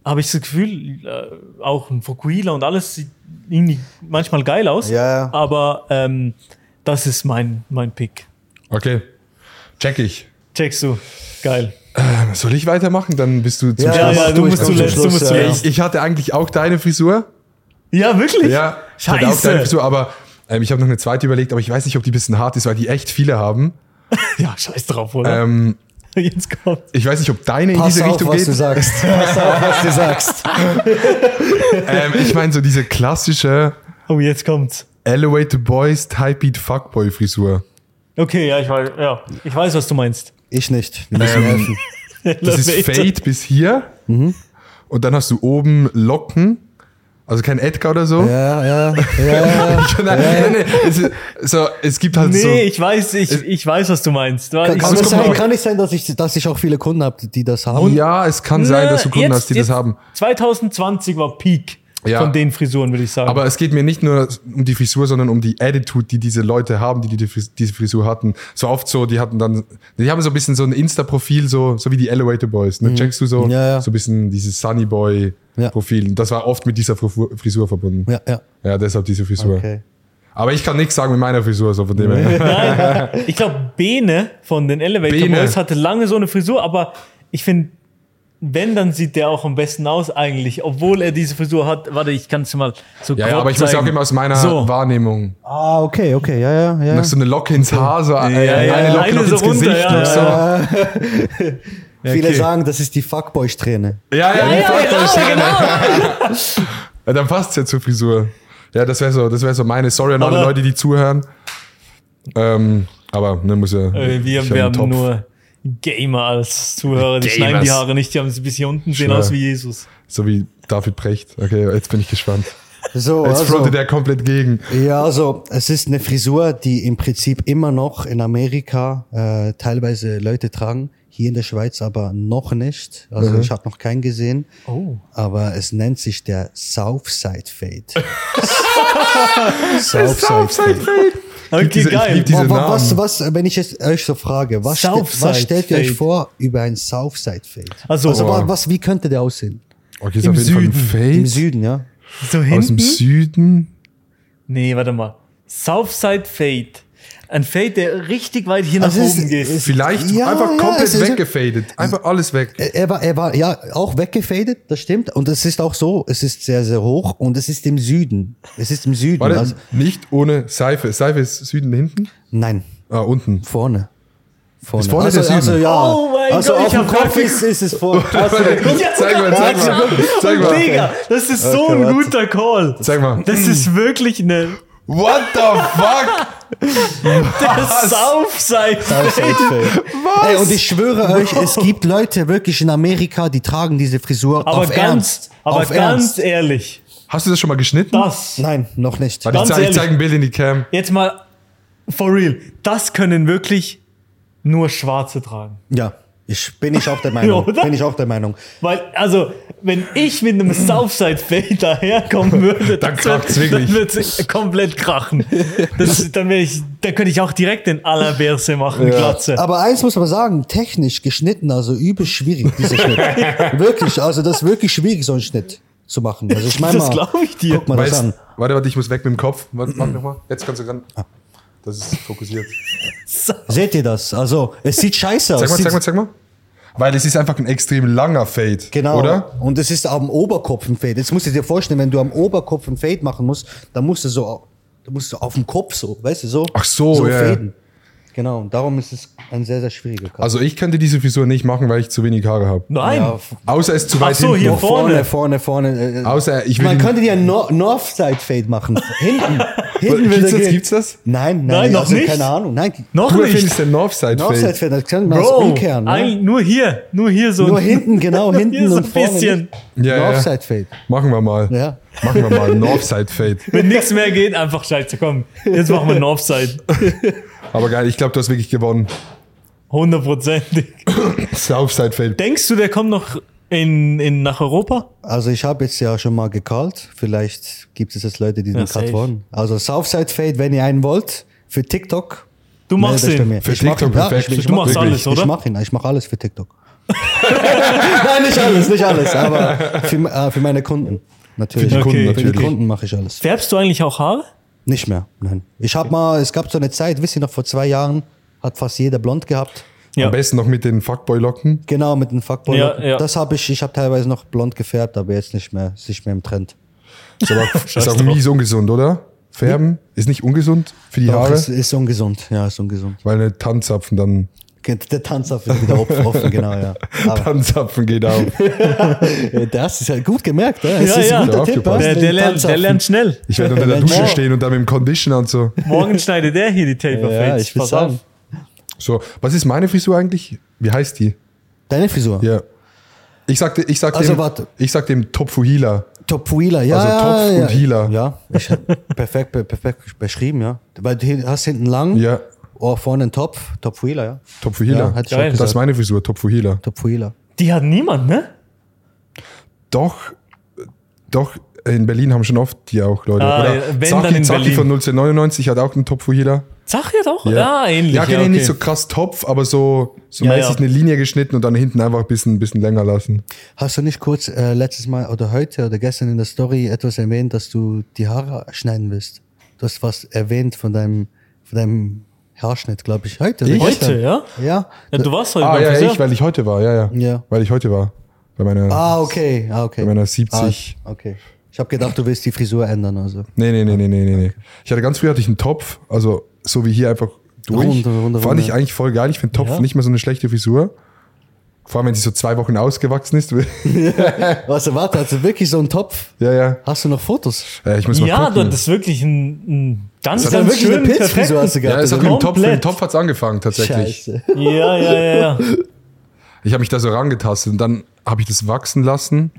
Habe ich das Gefühl, äh, auch ein Fukuhila und alles sieht irgendwie manchmal geil aus.
Ja, ja.
Aber ähm, Das ist mein, mein Pick.
Okay. Check ich.
Checkst du. Geil.
Soll ich weitermachen? Dann bist du zum
Ja,
Ja,
Schluss.
ja, du
mach du, ich
musst
komm
zuletzt,
zum
du
Schluss,
musst
ja.
zuletzt.
Ich hatte eigentlich auch deine Frisur.
Ja, wirklich?
Ja, ich hatte auch deine
Scheiße.
Frisur, aber ähm, ich habe noch eine zweite überlegt, aber ich weiß nicht, ob die ein bisschen hart ist, weil die echt viele haben.
Ja, scheiß drauf, oder?
Ähm,
Jetzt kommt.
ich weiß nicht, ob deine in
Pass
diese
auf,
Richtung
was
geht.
du sagst. Pass auf, was du sagst.
Ähm, ich meine so diese klassische
Oh, jetzt kommt's.
Elevator Boys Type Beat Fuckboy Frisur.
Okay, ja, ich weiß, ja. Ich weiß, was du meinst.
Ich nicht. Wir müssen helfen.
Das ist
Elevator.
Fade bis hier.
Mhm.
Und dann hast du oben Locken. Also kein Edgar oder so.
Ja, ja, ja.
Nein, nein, nein. Es, ist, so, es gibt halt
Nee,
so. Äh,
ich weiß, ich, ich weiß, was du meinst. Warte,
Kann,
ich
kann,
Aber
es
guck mal.
sein, kann nicht sein, dass ich, dass ich auch viele Kunden habe, die das haben.
ja, es kann sein, dass du Kunden
jetzt-
hast, die
jetzt-
das haben.
2020 war Peak
Ja.
von den Frisuren, würde ich sagen.
Aber es geht mir nicht nur um die Frisur, sondern um die Attitude, die diese Leute haben, die, die die Fris- diese Frisur hatten. So oft so, die hatten dann, die haben so ein bisschen so ein Insta-Profil, so, so wie die Elevator Boys. Ne? Checkst du so,
Ja, ja.
so ein bisschen dieses Sunny
Ja.
Boy-Profil. Das war oft mit dieser Fru- Frisur verbunden.
Ja, ja.
Ja, deshalb diese Frisur.
Okay.
Aber ich kann nichts sagen mit meiner Frisur, so von dem her.
ich glaube, Bene von den Elevator
Bene.
Boys hatte lange so eine Frisur, aber ich finde, wenn, dann sieht der auch am besten aus eigentlich, obwohl er diese Frisur hat. Warte, ich kann es mal so
Ja,
grob
ja, aber ich muss
zeigen.
ja auch immer aus meiner
So.
Wahrnehmung.
Ah, okay, okay, ja, ja, ja.
Noch so eine Locke ins Haar, so äh,
ja, ja.
eine Locke
Eine
noch
so
ins
runter,
Gesicht.
ja,
noch so.
ja,
Viele
okay.
sagen, das ist die Fuckboy-Strähne.
ja, ja,
Ja, genau, genau.
Ja, dann passt's ja zur Frisur. Ja, das wäre so, das wär so meine. Sorry an alle
Aber-
Leute, die zuhören. Ähm, aber ne, muss ja.
Äh,
ich
Wir,
hab
wir
einen
haben
Topf.
nur Gamer als Zuhörer. Die
Gamers.
schneiden die Haare nicht, die haben sie bis hier unten, sehen
Schwör.
aus wie Jesus.
So wie David Precht. Okay, jetzt bin ich gespannt.
So,
Jetzt
also,
frontet er komplett gegen.
ja, also es ist eine Frisur, die im Prinzip immer noch in Amerika äh, teilweise Leute tragen, hier in der Schweiz aber noch nicht. Also ich habe noch keinen gesehen.
Oh.
Aber es nennt sich der Southside Fade.
Southside Fade.
Okay,
diese- ich
geil.
lieb diese-
Wa- wa- was,
Namen.
was, äh, wenn ich jetzt euch so frage, was, ste
Southside
was stellt ihr euch
Fade.
vor über ein Southside Fade?
Also-
also
Oh.
wa- was, wie könnte der aussehen?
Okay, ist
Im
auf jeden Fall ein
Süden.
Fade.
Im Süden, ja?
so
Aus dem
hinten?
Süden.
Nee, warte mal. Southside Fade. Ein Fade, der richtig weit hier
Also
nach
es
oben
ist-
geht.
es-
Vielleicht
Ja,
einfach
ja,
komplett
es ist-
weggefadet. Einfach alles weg.
Er er war, er war ja auch weggefadet, das stimmt. Und es ist auch so, es ist sehr, sehr hoch und es ist im Süden. Es ist im Süden.
Warte,
Also,
nicht ohne Seife. Seife ist Süden hinten?
nein,
Ah, unten.
vorne. Vorne.
Ist vorne
also,
der Süden?
also, ja.
Oh mein
also
Gott,
auf
ich
dem
hab
Kopf
grad
ist, ist es vorne. Also,
Ja,
Zeig mal, zeig mal. Zeig
Und
mal.
Digga, das ist so
Okay,
ein
warte.
guter Call.
Zeig mal.
Das ist wirklich eine
What the fuck?
Southside Fade.
Was? Ey, und ich schwöre euch, es gibt Leute wirklich in Amerika, die tragen diese Frisur
Aber
auf
ganz,
Ernst.
aber
auf
ganz
Ernst.
ehrlich.
Hast du das schon mal geschnitten?
Das.
Nein, noch nicht.
Warte, ich
Ganz
zeig, ich
ehrlich.
zeig ein Bild in die Cam.
Jetzt mal for real. Das können wirklich nur Schwarze tragen.
Ja, ich bin ich auch der Meinung.
Oder?
bin ich auch der Meinung.
Weil, also, wenn ich mit einem Southside-Fade daherkommen würde,
Dann
das wär-
kracht's wirklich.
Dann wird's komplett krachen. Das, dann, wär ich, dann könnte ich auch direkt den Allerberse machen, Glatze.
Aber eins muss man sagen, technisch geschnitten, also übel schwierig, dieser Schnitt. wirklich, also das ist wirklich schwierig, so einen Schnitt zu machen. Also ich meine
Das
mal,
glaub ich dir.
guck mal das
Weißt,
an.
warte, warte, ich muss weg mit dem Kopf. Warte, mach nochmal. Jetzt kannst du ran. Das ist fokussiert.
Seht ihr das? Also es sieht scheiße aus.
Zeig mal,
Sieht-
zeig mal, zeig mal. Weil es ist einfach ein extrem langer Fade.
Genau.
Oder?
Und es ist am Oberkopf ein Fade. Jetzt musst du dir vorstellen, wenn du am Oberkopf ein Fade machen musst, dann musst du so, dann musst du auf dem Kopf so, weißt du, so.
Ach so, ja, ja.
faden. Genau. Und darum ist es ein sehr, sehr schwieriger Cut.
Also ich könnte diese Frisur nicht machen, weil ich zu wenig Haare habe.
Nein.
Ja,
Außer es ist zu weit
Ach so,
hinten.
hier vorne.
vorne, vorne. äh,
Außer ich will
Man
ihn-
könnte dir einen no Northside Fade machen. Hinten. Hinten
Gibt's
würde
das?
gehen.
Gibt's das?
Nein, nein,
Nein, noch nicht.
Keine Ahnung. Nein,
Noch
Du
nicht.
findest den Northside
Northside
Fade.
Fade, das können wir das
Bro,
umkehren. Ne?
ein, nur hier, nur hier so.
Nur hinten, genau, hinten
Hier so
und
ein
vorne.
bisschen.
nicht.
Ja, ja, ja.
Northside Fade.
Machen wir mal.
Ja.
Machen wir mal. Northside Fade.
Wenn nichts mehr geht, einfach scheiße, komm. Jetzt machen wir einen Offside.
Aber geil, ich glaube, du hast wirklich gewonnen.
Hundertprozentig.
Southside Fade.
Denkst du, der kommt noch in, in, nach Europa?
Also ich habe jetzt ja schon mal gecallt. Vielleicht gibt es jetzt Leute, die den
Ja,
Cut
safe.
wollen. Also Southside Fade, wenn ihr einen wollt, für TikTok.
Du machst
meldet euch bei mir.
den.
Für
Ich mach
TikTok
ihn, ja,
perfekt.
ich- ich
Du
mach
machst
ihn.
alles, oder?
Ich mache ihn, ich mache alles für TikTok. Nein, nicht alles, nicht alles, aber für, äh, für meine Kunden. Natürlich.
Für die Kunden
Okay.
Für die
natürlich.
Kunden mache ich alles.
Färbst du eigentlich auch Haare?
Nicht mehr, nein. Ich hab mal, es gab so eine Zeit, wisst ihr noch, vor zwei Jahren hat fast jeder blond gehabt.
Ja.
Am besten noch mit den Fuckboy-Locken.
Genau, mit den Fuckboy.
Ja, ja.
Das habe ich, ich habe teilweise noch blond gefärbt, aber jetzt nicht mehr, ist nicht mehr im Trend.
Ist, aber, ist auch
drauf.
mies ungesund, oder? Färben ist nicht ungesund für die
Doch,
Haare,
ist, ist ungesund, ja, ist ungesund.
weil eine Tanzapfen dann.
Der Tanzapfel ist wieder offen, offen, genau, ja. Aber äh,
Tanzapfen geht auf.
das ist ja gut gemerkt, ja.
Ja,
Es ist
ja.
ein guter
Hab ich
Tipp.
aufgepasst.
Der,
ja.
der, lernt, der
Tanzapfel.
lernt schnell.
Ich werde unter der
Mensch.
Dusche stehen und dann mit dem Conditioner und so.
Morgen schneidet der hier die Taper
Ja,
Fades.
ich will sagen.
So, was ist meine Frisur eigentlich? Wie heißt die?
Deine Frisur.
Ja. Ich sagte, ich sagte,
Also
dem,
warte.
ich sagte dem Topfuhila.
Top Wheeler, ja.
Also Topf
ja,
und Healer.
Ja, ich, perfekt, per- perfekt beschrieben, ja. Weil du hin- hast hinten lang,
Ja.
oh, vorne einen Topf, Top Wheeler, ja.
Topfuhila.
Ja, hat
Geil.
das ist
gesagt.
meine Frisur, Topfuhila.
Top Wheeler.
Die hat niemand, ne?
Doch, doch, in Berlin haben schon oft die auch Leute.
Ah,
Oder
ja, wenn,
Zaki,
dann in
Zaki
Berlin.
von 1999 hat auch einen Topfuhila.
Sag ja doch. Ah, ähnlich.
Ja, genau,
okay.
nicht so krass Topf, aber so, so
Ja,
mäßig
ja.
eine Linie geschnitten und dann hinten einfach ein bisschen, bisschen länger lassen.
Hast du nicht kurz äh, letztes Mal oder heute oder gestern in der Story etwas erwähnt, dass du die Haare schneiden willst? Du hast was erwähnt von deinem, von deinem Haarschnitt, glaube ich. Heute oder
Ich?
Heute, ja?
Ja.
ja? Du warst heute
Ah,
beim
ja,
Friseur.
ich, weil ich heute war, ja, ja.
Ja.
Weil ich heute war. Bei meiner.
Ah, okay. Ah, okay.
Bei meiner 70.
Ah, okay. Ich habe gedacht, du willst die Frisur ändern. Also.
Nee, nee, nee, nee, nee, nee, nee. Ich hatte ganz früh hatte ich einen Topf, also so wie hier einfach durch.
Runde, runde,
Fand
runde.
ich eigentlich voll geil. Ich finde Topf
Ja.
nicht mehr so eine schlechte Frisur. Vor allem, wenn sie so zwei Wochen ausgewachsen ist.
Was, warte, hast du wirklich so einen Topf?
ja, ja.
Hast du noch Fotos?
Äh, ich muss mal
Ja,
gucken.
das ist wirklich ein, ein ganz,
Das
ganz
wirklich
schön
eine Pilzfrisur hast du
ja,
gehabt.
ist auch
oder?
im Topf. Im
komplett.
Topf hat's angefangen, tatsächlich.
Scheiße.
Ja, ja, ja, ja.
Ich habe mich da so rangetastet und dann habe ich das wachsen lassen.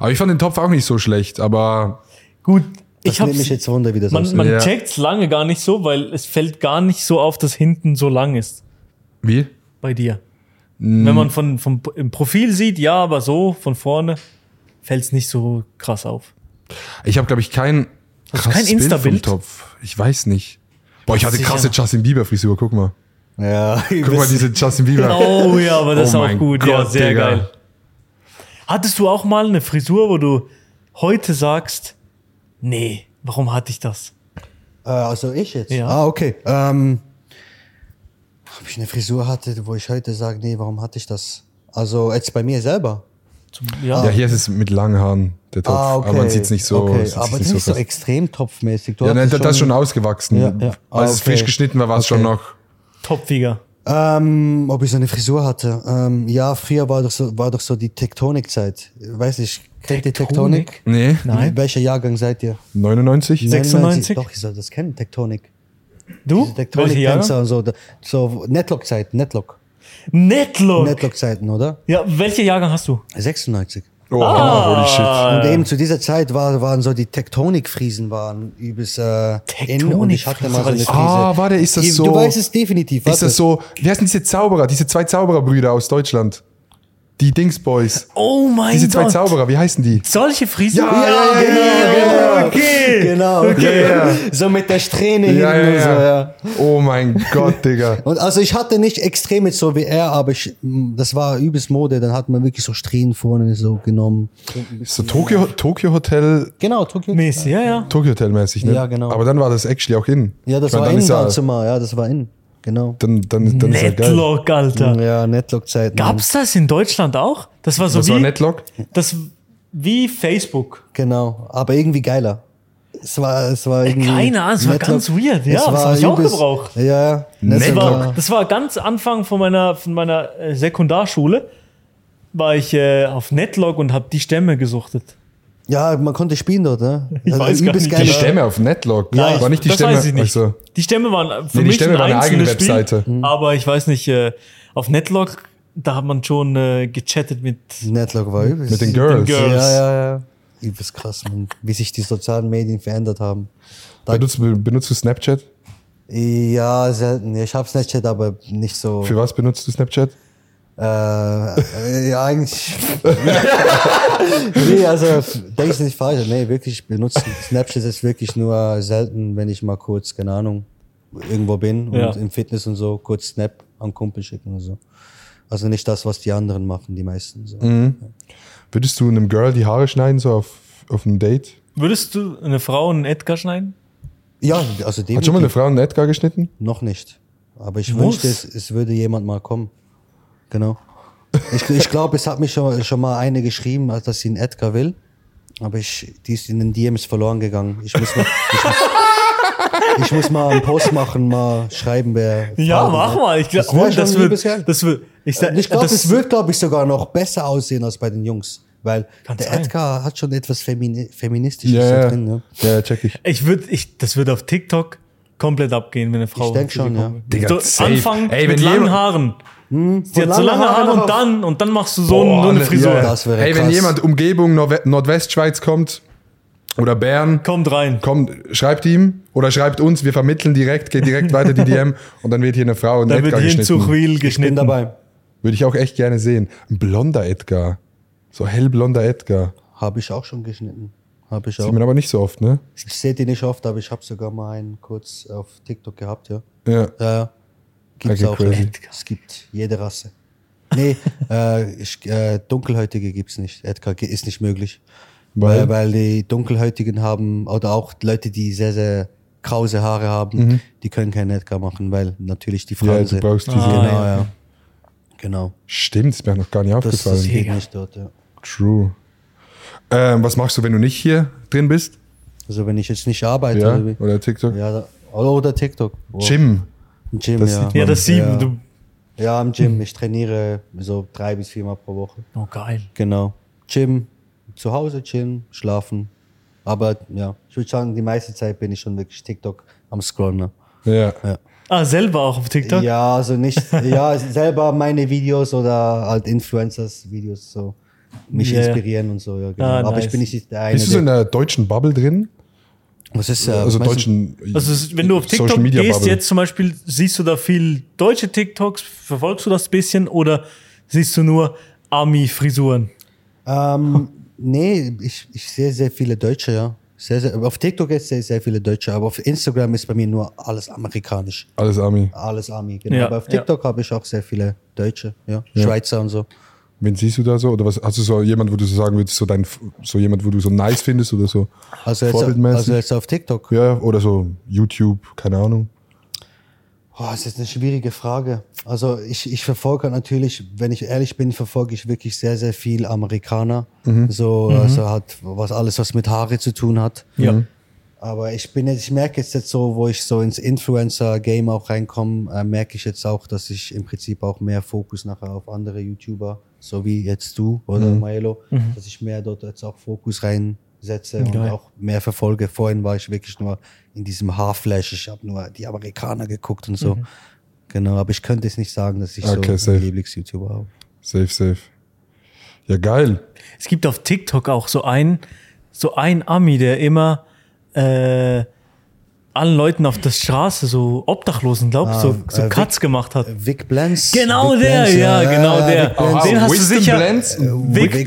Aber ich fand den Topf auch nicht so schlecht, aber
Gut,
Das
ich hab's,
nehme mich jetzt wunder, wie das
man
aussieht.
man
Ja.
checkt's lange gar nicht so, weil es fällt gar nicht so auf, dass hinten so lang ist
wie?
bei dir. Wenn man von, vom im Profil sieht, ja, aber so von vorne fällt's nicht so krass auf.
Ich habe, glaube ich, kein
du kein
Bild vom
Insta-Bild?
Topf. Ich weiß nicht. Boah, ich hatte
Sicher.
krasse Justin Bieber-Frisur, guck mal.
Ja,
Guck mal, diese Justin Bieber.
Genau.
Oh ja, aber das
Oh
ist auch
mein
gut. ja,
Gott,
sehr
Digga.
geil. Hattest du auch mal eine Frisur, wo du heute sagst, nee, warum hatte ich das?
Äh, also ich jetzt?
Ja.
Ah, okay. Ähm, ob ich eine Frisur hatte, wo ich heute sage, nee, warum hatte ich das? Also jetzt bei mir selber.
Zum, ja.
Ja, hier ist es mit langen Haaren, der Topf. Aber man sieht es nicht so.
Ah, Okay.
sieht's
Aber
nicht
das
so
ist so
fest.
extrem topfmäßig. Du
ja, nein,
hattest
das das ist schon ausgewachsen.
Ja, ja. Ah,
Als es
okay.
frisch geschnitten war, war es schon
Okay.
noch.
Topfiger.
Ähm, ob ich so eine Frisur hatte? Ähm, ja, früher war doch so, war doch so die Tektonik-Zeit. Weiß nicht, kennt ihr Tektonik?
Nee,
Nein.
Welcher Jahrgang seid ihr?
99?
96?
Doch, ihr sollt das kennen, Tektonik.
Du?
Diese
Welche Jahre?
Tektonik-Tänzer und so. So Netlock-Zeit, Netlock.
Netlock.
Netlock-Zeiten, oder?
Ja, welcher Jahrgang hast du?
96.
Oh,
Ah.
holy shit.
Und eben zu dieser Zeit war, waren so die Tektonikfriesen waren übelst äh, in und ich hatte mal so eine
Tektonikfriesen.
Krise.
Ah, warte, ist das so-
Du weißt es definitiv.
Ist das so, wie heißen diese Zauberer, diese zwei Zaubererbrüder aus Deutschland? Die Dingsboys.
Oh mein
Diese zwei
Gott.
Zauberer, wie heißen die?
Solche Friesen?
Ja, ja,
ja, okay.
Genau.
Ja, ja.
So mit der Strähne hinten und so, ja.
Oh mein Gott, Digga.
Und also ich hatte nicht extrem jetzt so wie er, aber ich, m, das war übelst Mode. Dann hat man wirklich so Strähnen vorne so genommen.
So Tokyo, Tokyo Hotel,
Genau, Tokio.
Mäßig, ja, ja.
Tokyo Hotel mäßig, ne?
Ja, genau.
Aber dann war das actually auch in.
Ja, das
Ich mein,
war
dann
in
ist er-
dazu mal. Ja, das war in. Genau.
Dann, dann, dann ist er geil. Mhm.
Netlock, Alter.
Ja, Netlock-Zeiten.
Gab's das in Deutschland auch? Das war so
Das
wie
war Netlock?
das wie Facebook.
Genau, aber irgendwie geiler. Es war, es war irgendwie.
keine Ahnung, Äh, es war
Netlock-
ganz weird. Ja,
Es
das hab ich auch
übelst-
gebraucht.
Ja,
Das
Netlock.
war, das war ganz Anfang von meiner, von meiner äh, Sekundarschule. War ich äh, auf Netlock und habe die Stämme gesuchtet.
Ja, man konnte spielen dort, ne?
Ich weiß gar nicht.
Die
geile-
Stämme auf Netlock. war nicht die
das
Stämme.
weiß ich nicht.
Also,
Die Stämme waren äh, für
Nee, die
mich
Stämme
ein
waren eine eigene
einzelnes Spiel,
Webseite. Mhm.
Aber ich weiß nicht, äh, auf Netlock, da hat man schon äh, gechattet mit
Netlock war übelst.
mit den Girls.
Girls.
Ja, ja, ja. Übelst krass, man, wie sich die sozialen Medien verändert haben. Da,
Benutzt, benutzt du Snapchat?
ja, selten. Ich hab Snapchat, aber nicht so.
Für was benutzt du Snapchat?
Äh, äh, ja, eigentlich. nee, also denkst du nicht falsch. Nee, wirklich, ich benutze Snapchat jetzt wirklich nur selten, wenn ich mal kurz, keine Ahnung, irgendwo bin und
Ja.
im Fitness und so, kurz Snap an Kumpel schicken und so. Also nicht das, was die anderen machen, die meisten. So.
Mhm. Würdest du einem Girl die Haare schneiden, so auf, auf einem Date?
Würdest du eine Frau einen Edgar schneiden?
Ja, also definitiv.
Hat schon mal eine Frau einen Edgar geschnitten?
Noch nicht. Aber ich
Muss.
wünschte, es, es würde jemand mal kommen. Genau. Ich, ich glaube, es hat mich schon, schon mal eine geschrieben, also, dass sie einen Edgar will. Aber ich, die ist in den DMs verloren gegangen. Ich muss mal, ich muss, ich muss mal einen Post machen, mal schreiben, wer.
Ja,
Fragen
mach
hat.
mal. Ich glaube,
das, wär
das,
schon ein
wird,
liebes Kerl.
das wird. Ich, sag,
Und ich glaube,
das
es wird, glaube ich, sogar noch besser aussehen als bei den Jungs. Weil
Kann
der
sein.
Edgar hat schon etwas Femini Feministisches da
Ja,
drin.
ja.
Ne?
Ja, check ich.
Ich würde, ich, das wird auf TikTok komplett abgehen, wenn eine Frau.
Ich denk schon, ja. Hm,
Digga,
so,
safe.
anfangen
Ey, wenn
mit langen
jemand-
Haaren. Sie
Von
hat so lange Haare
noch
und
auf-
dann, und dann machst du
Boah,
so, ein- so eine
ne-
Frisur.
ja.
Das wäre
Ey, wenn
krass.
jemand Umgebung Nordwe Nordwestschweiz kommt oder Bern,
Kommt rein.
kommt, schreibt ihm oder schreibt uns, wir vermitteln direkt, geht direkt weiter die DM und dann wird hier eine Frau und
Da wird
Edgar
hier ein
geschnitten.
Zuchwil
Ich bin
geschnitten.
dabei.
Würde ich auch echt gerne sehen. Ein blonder Edgar. So hellblonder Edgar.
Habe ich auch schon geschnitten. Habe ich auch.
Sieht man aber nicht so oft, ne?
Ich sehe die nicht oft, aber ich habe sogar mal einen kurz auf TikTok gehabt, ja.
Ja.
Ja, ja. Gibt's
Okay,
auch.
crazy.
Edgar. Es gibt jede Rasse. Nee, äh, ich, äh, Dunkelhäutige gibt's nicht. Edgar ge- ist nicht möglich.
Weil?
Weil? Weil, die Dunkelhäutigen haben, oder auch Leute, die sehr, sehr krause Haare haben, die können keinen Edgar machen, weil natürlich die
Mhm. Ja,
Frauen
du
sind.
brauchst diese.
Ah.
genau,
ja.
ja. Genau.
Stimmt, ist mir noch gar nicht
Das, das
aufgefallen.
geht
Mega.
nicht dort, ja.
True. Ähm, was machst du, wenn du nicht hier drin bist?
Also wenn ich jetzt nicht arbeite,
Ja,
oder, wie-
oder TikTok?
ja, da- oder TikTok. Wow.
Gym.
Gym,
Das
ja.
sieht
Ja, das sieben.
Ja.
Du,
Ja, im Gym. Ich trainiere so drei bis viermal pro Woche.
oh, geil.
Genau. Gym, zu Hause chillen, schlafen. Aber ja, ich würde sagen, die meiste Zeit bin ich schon wirklich TikTok am Scrollen. Ne?
Ja.
Ah, selber auch auf TikTok?
Ja, also nicht, ja, selber meine Videos oder halt Influencers Videos so mich
Ja, ja.
inspirieren und so. Ja, genau.
Ah,
Aber
nice.
ich bin nicht der eine.
Bist du so in
der,
der deutschen Bubble drin?
was ist äh,
Also
was meinst du?
deutschen.
Also es- wenn du auf TikTok
Social Media
gehst,
Bubble.
jetzt zum Beispiel, siehst du da viel deutsche TikToks, verfolgst du das bisschen oder siehst du nur Ami-Frisuren?
Ähm, nee, ich, ich sehe sehr viele Deutsche, ja. Sehr, sehr, auf TikTok jetzt sehe ich sehr viele Deutsche, aber auf Instagram ist bei mir nur alles amerikanisch.
Alles Ami.
Alles Army, genau.
Ja,
Aber auf
ja.
TikTok habe ich auch sehr viele Deutsche, ja. Schweizer und so.
Wen siehst du da so? Oder was hast du so jemand, wo du so sagen würdest, so dein so jemand, wo du so nice findest oder so?
Also jetzt,
Vorbildmäßig?
also jetzt auf TikTok.
ja, oder so YouTube, keine Ahnung.
Oh, das ist eine schwierige Frage. Also ich, ich verfolge natürlich, wenn ich ehrlich bin, verfolge ich wirklich sehr, sehr viel Amerikaner. So, also hat was alles, was mit Haare zu tun hat.
Mhm.
Ja.
Aber ich bin jetzt, ich merke jetzt, jetzt so, wo ich so ins Influencer-Game auch reinkomme, äh, merke ich jetzt auch, dass ich im Prinzip auch mehr Fokus nachher auf andere YouTuber, so wie jetzt du oder
Mhm.
Milo, dass ich mehr dort jetzt auch Fokus reinsetze
Geil.
und auch mehr verfolge. Vorhin war ich wirklich nur in diesem Haarflash, ich habe nur die Amerikaner geguckt und
Mhm.
so. Genau, aber ich könnte jetzt nicht sagen, dass ich
Okay,
so
safe.
einen Lieblings-YouTuber habe.
Safe, safe. Ja, geil.
Es gibt auf TikTok auch so einen, so einen Ami, der immer äh, allen Leuten auf der Straße so Obdachlosen, glaubst
Ah,
so, so
äh,
Cuts gemacht hat.
Vic Blends.
Genau
Vic
der,
Blends,
ja, genau
ja,
der.
Vic Blends. Äh,
Den hast du
Winston
sicher.
Blends?
Vic,
Vic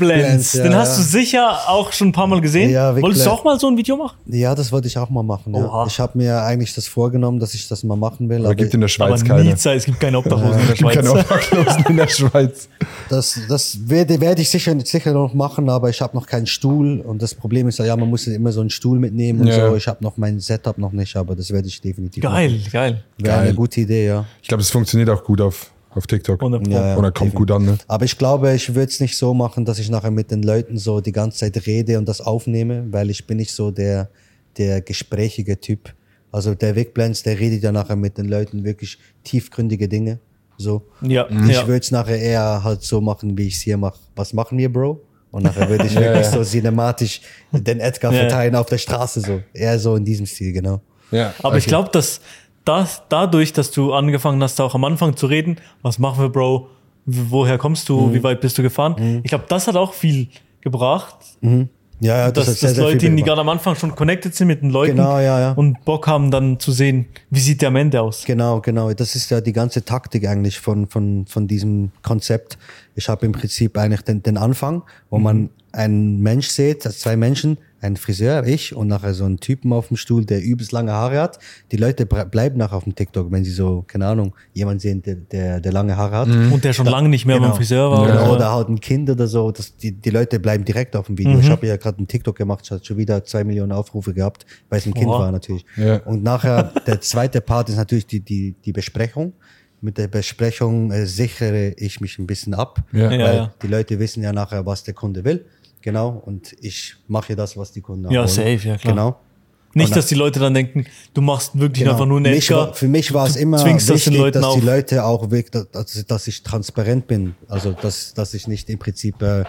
Blends,
Blends, ja,
den hast du
ja.
sicher auch schon ein paar Mal gesehen.
Ja, Vic
Wolltest du
Blends.
auch mal so ein Video machen?
Ja, das wollte ich auch mal machen.
Oha.
Ja. Ich habe mir eigentlich das vorgenommen, dass ich das mal machen will.
Da
Aber
gibt in der
Aber
Schweiz keine.
Nizza, es gibt keine Obdachlosen in der
Gibt keine
Schweiz.
Obdachlosen in der Schweiz.
das, das werde, werde ich sicher, sicher noch machen, aber ich habe noch keinen Stuhl. Und das Problem ist ja, ja, man muss immer so einen Stuhl mitnehmen und
Ja.
so. Ich habe noch mein Setup noch nicht, aber das werde ich definitiv machen.
Geil, geil.
Wäre
Geil.
eine gute Idee, ja.
Ich glaube, das funktioniert auch gut auf, auf TikTok.
100 Pro.
Ja, ja,
Oder kommt gut an, ne?
Aber ich glaube, ich würde es nicht so machen, dass ich nachher mit den Leuten so die ganze Zeit rede und das aufnehme, weil ich bin nicht so der, der gesprächige Typ. Also der Wegblends, der redet ja nachher mit den Leuten wirklich tiefgründige Dinge. So.
Ja,
Ich
ja.
würde es nachher eher halt so machen, wie ich es hier mache. Was machen wir, Bro? Und nachher würde ich
Ja,
wirklich
ja.
so cinematisch den Edgar
Ja.
verteilen auf der Straße. so. Eher so in diesem Stil, genau.
Ja.
Aber ich glaube, dass das, dadurch, dass du angefangen hast, auch am Anfang zu reden, was machen wir, Bro? W- Woher kommst
Mhm.
du? Wie weit bist du gefahren? Ich glaube, das hat auch viel gebracht,
Ja, ja,
dass,
hat sehr,
dass
sehr viel
Leute, die
gemacht.
gerade am Anfang schon connected sind mit den Leuten
Genau, ja, ja.
und Bock haben, dann zu sehen, wie sieht der am Ende aus?
Genau, genau. Das ist ja die ganze Taktik eigentlich von, von, von diesem Konzept.
Mhm.
Ich habe im Prinzip eigentlich den, den Anfang, wo man einen Mensch sieht, also zwei Menschen, ein Friseur, ich und nachher so einen Typen auf dem Stuhl, der übelst lange Haare hat. Die Leute bre- bleiben nachher auf dem TikTok, wenn sie so, keine Ahnung, jemanden sehen, der, der, der lange Haare hat.
Mhm. Und der schon lange nicht mehr
Genau.
beim Friseur war.
genau. Oder,
oder-
oder haut ein Kind oder so. Das, die, die Leute bleiben direkt auf dem Video.
Mhm.
Ich habe ja gerade einen TikTok gemacht, hat schon wieder zwei Millionen Aufrufe gehabt, weil es ein Kind
Oha.
war natürlich.
Ja.
Und nachher, der zweite Part ist natürlich die, die, die Besprechung. Mit der Besprechung äh, sichere ich mich ein bisschen ab,
Ja.
weil
Ja, ja.
die Leute wissen ja nachher, was der Kunde will. Genau. Und ich mache das, was die Kunden
Ja,
wollen.
safe, ja, klar.
Genau.
Nicht,
Und-
dass die Leute dann denken, du machst wirklich
Genau.
einfach nur einen
mich,
Edgar.
war- Für mich war es
Du
immer
zwingst das den
wichtig,
Leuten
dass die
auf.
Leute auch wirklich, dass, dass ich transparent bin. Also dass, dass ich nicht im Prinzip äh,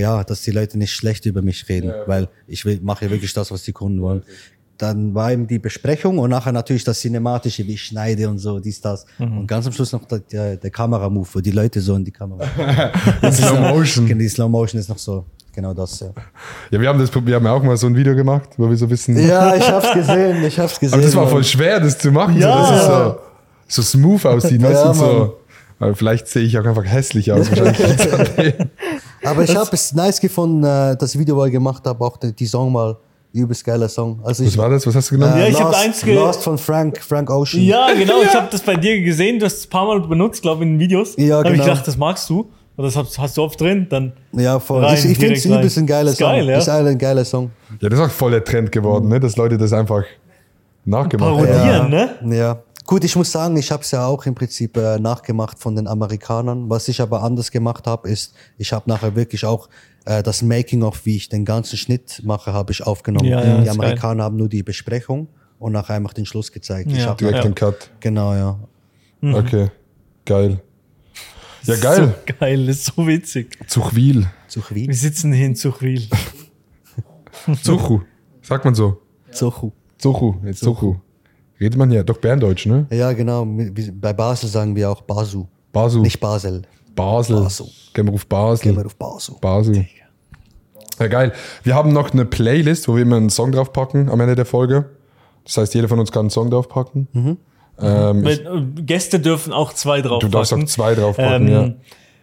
ja, dass die Leute nicht schlecht über mich reden, weil ich will, mache ja wirklich das, was die Kunden wollen. Dann war eben die Besprechung und nachher natürlich das Cinematische, wie ich schneide und so, dies, das.
Mhm.
Und ganz am Schluss noch der, der, der Kameramove, wo die Leute so in die Kamera. das
Slow
noch-
Motion.
Die Slow Motion ist noch so, genau das. Ja,
Ja, wir haben, das, wir haben ja auch mal so ein Video gemacht, wo wir so ein bisschen.
ich hab's gesehen, ich hab's gesehen.
aber das war voll schwer, das zu machen.
Ja.
So, dass es so, so smooth aussieht. weißt du,
Ja, Mann.
so. Aber vielleicht sehe ich auch einfach hässlich aus. Wahrscheinlich liegt's an dem.
Aber ich habe es nice gefunden, äh, das Video, was ich gemacht habe, auch die, die Song mal. Übelst geiler Song. Also ich,
Was war das? Was hast du genommen?
Ja, ich hab
Lost,
eins ge-
Lost von Frank, Frank Ocean.
Ja, genau. Ich habe das bei dir gesehen. Du hast es ein paar Mal benutzt, glaube ich, in Videos.
Ja,
Hab ich
genau.
gedacht, das magst du. Und das hast, hast du oft drin. Dann
Ja, voll.
Rein,
ich ich finde
direkt
es übelst
rein.
ein geiler
Ist
Song.
geil, ja.
Ist ein geiler Song.
Ja, das ist auch voll der Trend geworden, ne? dass Leute das einfach nachgemacht haben.
Parodie.
Ja.
Ja, ne?
Ja. Gut, ich muss sagen, ich habe es ja auch im Prinzip äh, nachgemacht von den Amerikanern. Was ich aber anders gemacht habe, ist, ich habe nachher wirklich auch äh, das Making of, wie ich den ganzen Schnitt mache, habe ich aufgenommen.
Ja, ja,
die
ist
Amerikaner haben nur die Besprechung und nachher einfach den Schluss gezeigt. Ich
Ja.
hab,
Direkt
Ja.
den Cut.
genau, ja.
Okay, geil. Ja, geil.
So geil, das ist so witzig.
Zuchwil.
Zuchwi.
Wir sitzen hier in Zuchwil.
Zuchu. Sagt man so.
Zuchu.
Zuchu. Jetzt Zuchu. Redet man ja. Doch Berndeutsch, ne?
Ja, genau. Wir- Bei Basel sagen wir auch Basu.
Basu.
Nicht Basel.
Basel.
Basel.
Gehen wir auf Basel.
Gehen wir auf Basu.
Basel. Ja, geil. Wir haben noch eine Playlist, wo wir immer einen Song draufpacken am Ende der Folge. Das heißt, jeder von uns kann einen Song draufpacken.
Mhm.
Ähm, ich,
Weil, äh, Gäste dürfen auch zwei
du
draufpacken.
darfst auch zwei draufpacken,
Ähm,
ja.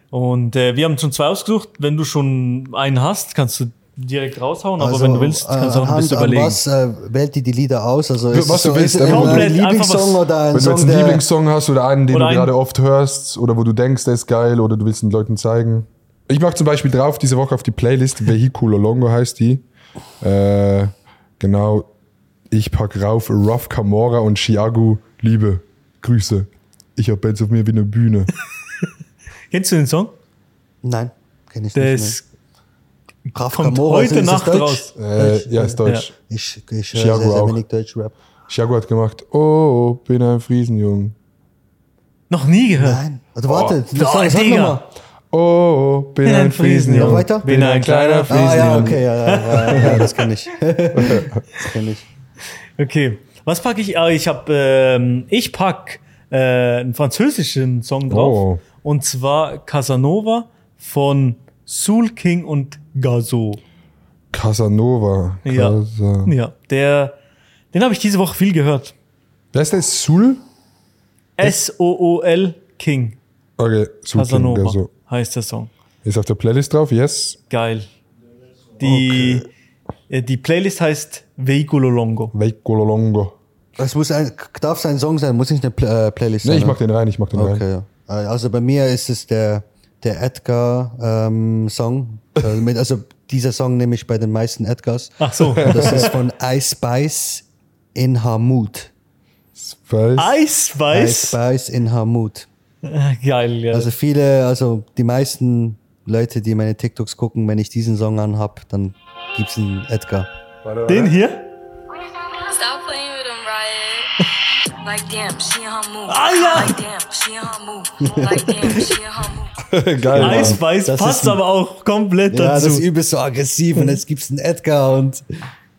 Und äh, wir haben schon zwei ausgesucht. Wenn du schon einen hast, kannst du direkt raushauen. Aber
Also,
wenn du
äh,
willst, kannst du auch noch ein bisschen
anhand an
überlegen.
Was äh, wählt ihr die Lieder aus? Also ist
was
es so,
du willst,
ist es
einfach
ein
komplett
Lieblingssong
einfach was-
oder ein
Wenn du
Song,
jetzt einen
der,
Lieblingssong hast oder einen, den
Oder
du
einen-
gerade oft hörst oder wo du denkst, der ist geil oder du willst den Leuten zeigen. Ich mache zum Beispiel drauf diese Woche auf die Playlist Vehiculo Longo heißt die. Äh, genau. Ich pack rauf Ruff Camora und Chiago Liebe. Grüße. Ich hab Bands auf mir wie eine Bühne.
Kennst du den Song?
Nein, kenn ich
Der
nicht.
ist,
Mehr. Graf
kommt
Camora,
heute
ist das
Nacht
Deutsch?
raus.
äh, ja, ist deutsch.
Ich, ich höre
Thiago
sehr, sehr
auch.
wenig Deutsch-Rap.
Chiago hat gemacht, oh, bin ein Friesenjung.
noch nie gehört.
Nein. Also warte,
Oh,
das sag, sag
Digga.
nochmal.
Oh, bin ein Friesenjung.
Noch weiter?
Bin ein kleiner Friesen.
Ah ja, okay, ja, ja, ja, ja das kenne ich. das kenne ich.
Okay. Was packe ich? Ah, ich habe, ähm, ich pack äh, einen französischen Song drauf.
Oh.
Und zwar Casanova von Soul King und Gazo.
Casanova.
Ja.
Casa-
Ja, der, den habe ich diese Woche viel gehört.
Wer ist der? Sul?
S-O-O-L King.
Okay, Sul
Casanova
klingt ja
also.
so.
heißt der Song.
Ist auf der Playlist drauf, yes.
Geil. Die, äh, die Playlist heißt Vehiculo Longo.
Veicolo Longo.
Es muss ein, darf es ein Song sein, muss nicht eine Pl äh, Playlist
Nee,
sein.
ich
ne?
mach den rein, ich mach den rein.
Okay, ja. Äh, Also bei mir ist es der, der ähm, Edgar-Song. also dieser Song nehme ich bei den meisten Edgars.
Ach so.
Das ist von Ice Spice in Hamut.
Weiß.
Eis
Ice
weiß.
Spice in Hamut.
Geil, ja.
Also viele, also die meisten Leute, die meine TikToks gucken, wenn ich diesen Song anhab, dann gibt's einen Edgar.
den hier?
Stop playing with him, Riot. Like damn, she in her mood.
Ah, ja.
Like damn, she in her mood. Like damn, she in her mood.
Geil.
Eis weiß
Genau. Das
passt
ist-
aber auch komplett
Ja, das
dazu.
ist übelst so aggressiv und jetzt gibt's einen Edgar und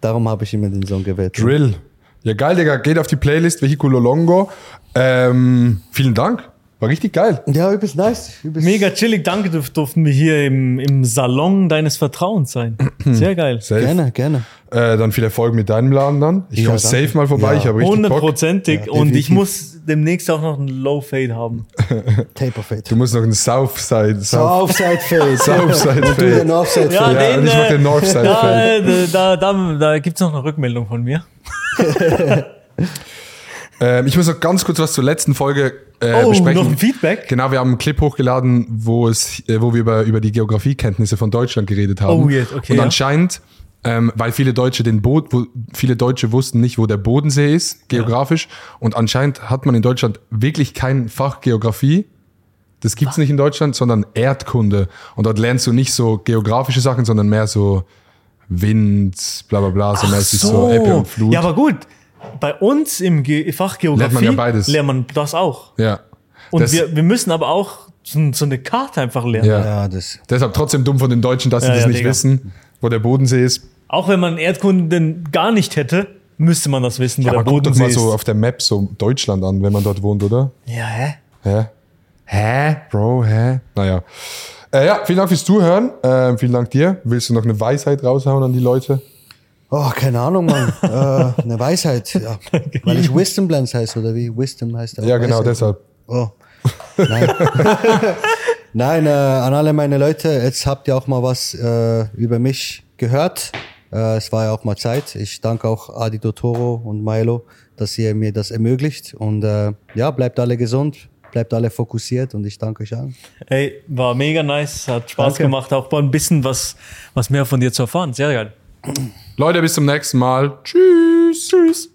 darum habe ich immer den Song gewählt.
Drill. Ja, geil, Digga. Geht auf die Playlist Vehiculo Longo. Ähm, vielen Dank. War richtig geil.
Ja, übelst nice. Übelst
Mega chillig, danke, dürf- durften wir hier im, im Salon deines Vertrauens sein. Sehr geil.
Safe.
Gerne, gerne.
Äh, dann viel Erfolg mit deinem Laden dann. Ich
Ja,
komme
danke.
safe mal vorbei.
Ja.
Ich habe richtig Bock.
Hundertprozentig.
Ja,
und ich
definitiv.
muss demnächst auch noch einen Low Fade haben.
Du
Taperfade.
musst noch einen Southside. South,
Offside Fade.
Southside
Und du
Fade.
den Offside
Ja,
Fade.
Ja,
den,
und ich mach
äh,
den Northside
da,
Fade.
äh, da, da, da gibt es noch eine Rückmeldung von mir.
ähm, ich muss noch ganz kurz was zur letzten Folge äh,
Oh,
besprechen.
noch ein Feedback?
Genau, wir haben einen Clip hochgeladen, wo, es, äh, wo wir über, über die Geografiekenntnisse von Deutschland geredet haben.
Oh, jetzt, okay,
Und
ja.
anscheinend, ähm, weil viele Deutsche den Boot, wo, viele Deutsche wussten nicht, wo der Bodensee ist, geografisch. Und anscheinend hat man in Deutschland wirklich kein Fach Geografie. Das gibt's nicht in Deutschland, sondern Erdkunde. Und dort lernst du nicht so geografische Sachen, sondern mehr so Wind, bla bla bla, so mäßig so. Ebbe und Flut.
Ja, aber gut. Bei uns im Ge Fach Geografie
Lernt man ja beides.
lernt man das auch.
ja.
Und
Das-
wir, wir müssen aber auch so, so eine Karte einfach lernen.
Ja.
Ja, das.
Deshalb trotzdem dumm von den Deutschen, dass sie
Ja,
das
ja,
nicht
Digga.
wissen, wo der Bodensee ist.
Auch wenn man Erdkunden gar nicht hätte, müsste man das wissen, wo
Aber
der
guck doch
Bodensee
mal
ist.
so auf der Map so Deutschland an, wenn man dort wohnt, oder?
ja, hä?
Hä? Hä? Bro, hä? Naja. Äh, ja, vielen Dank fürs Zuhören. Ähm, vielen Dank dir. Willst du noch eine Weisheit raushauen an die Leute?
Oh, keine Ahnung, Mann. äh, eine Weisheit. Ja. Weil ich Wisdom Blends heißt, oder wie? Wisdom heißt auch
Ja, genau,
Weisheit.
deshalb.
Oh. Nein. Nein, äh, an alle meine Leute, jetzt habt ihr auch mal was äh, über mich gehört. Äh, es war ja auch mal Zeit. Ich danke auch Adi Totoro und Milo, dass ihr mir das ermöglicht. Und äh, ja, bleibt alle gesund, bleibt alle fokussiert und ich danke euch an.
Ey, war mega nice, hat Spaß
Danke.
gemacht, auch mal ein bisschen was, was mehr von dir zu erfahren. Sehr geil.
Leute, bis zum nächsten Mal. Tschüss. Tschüss.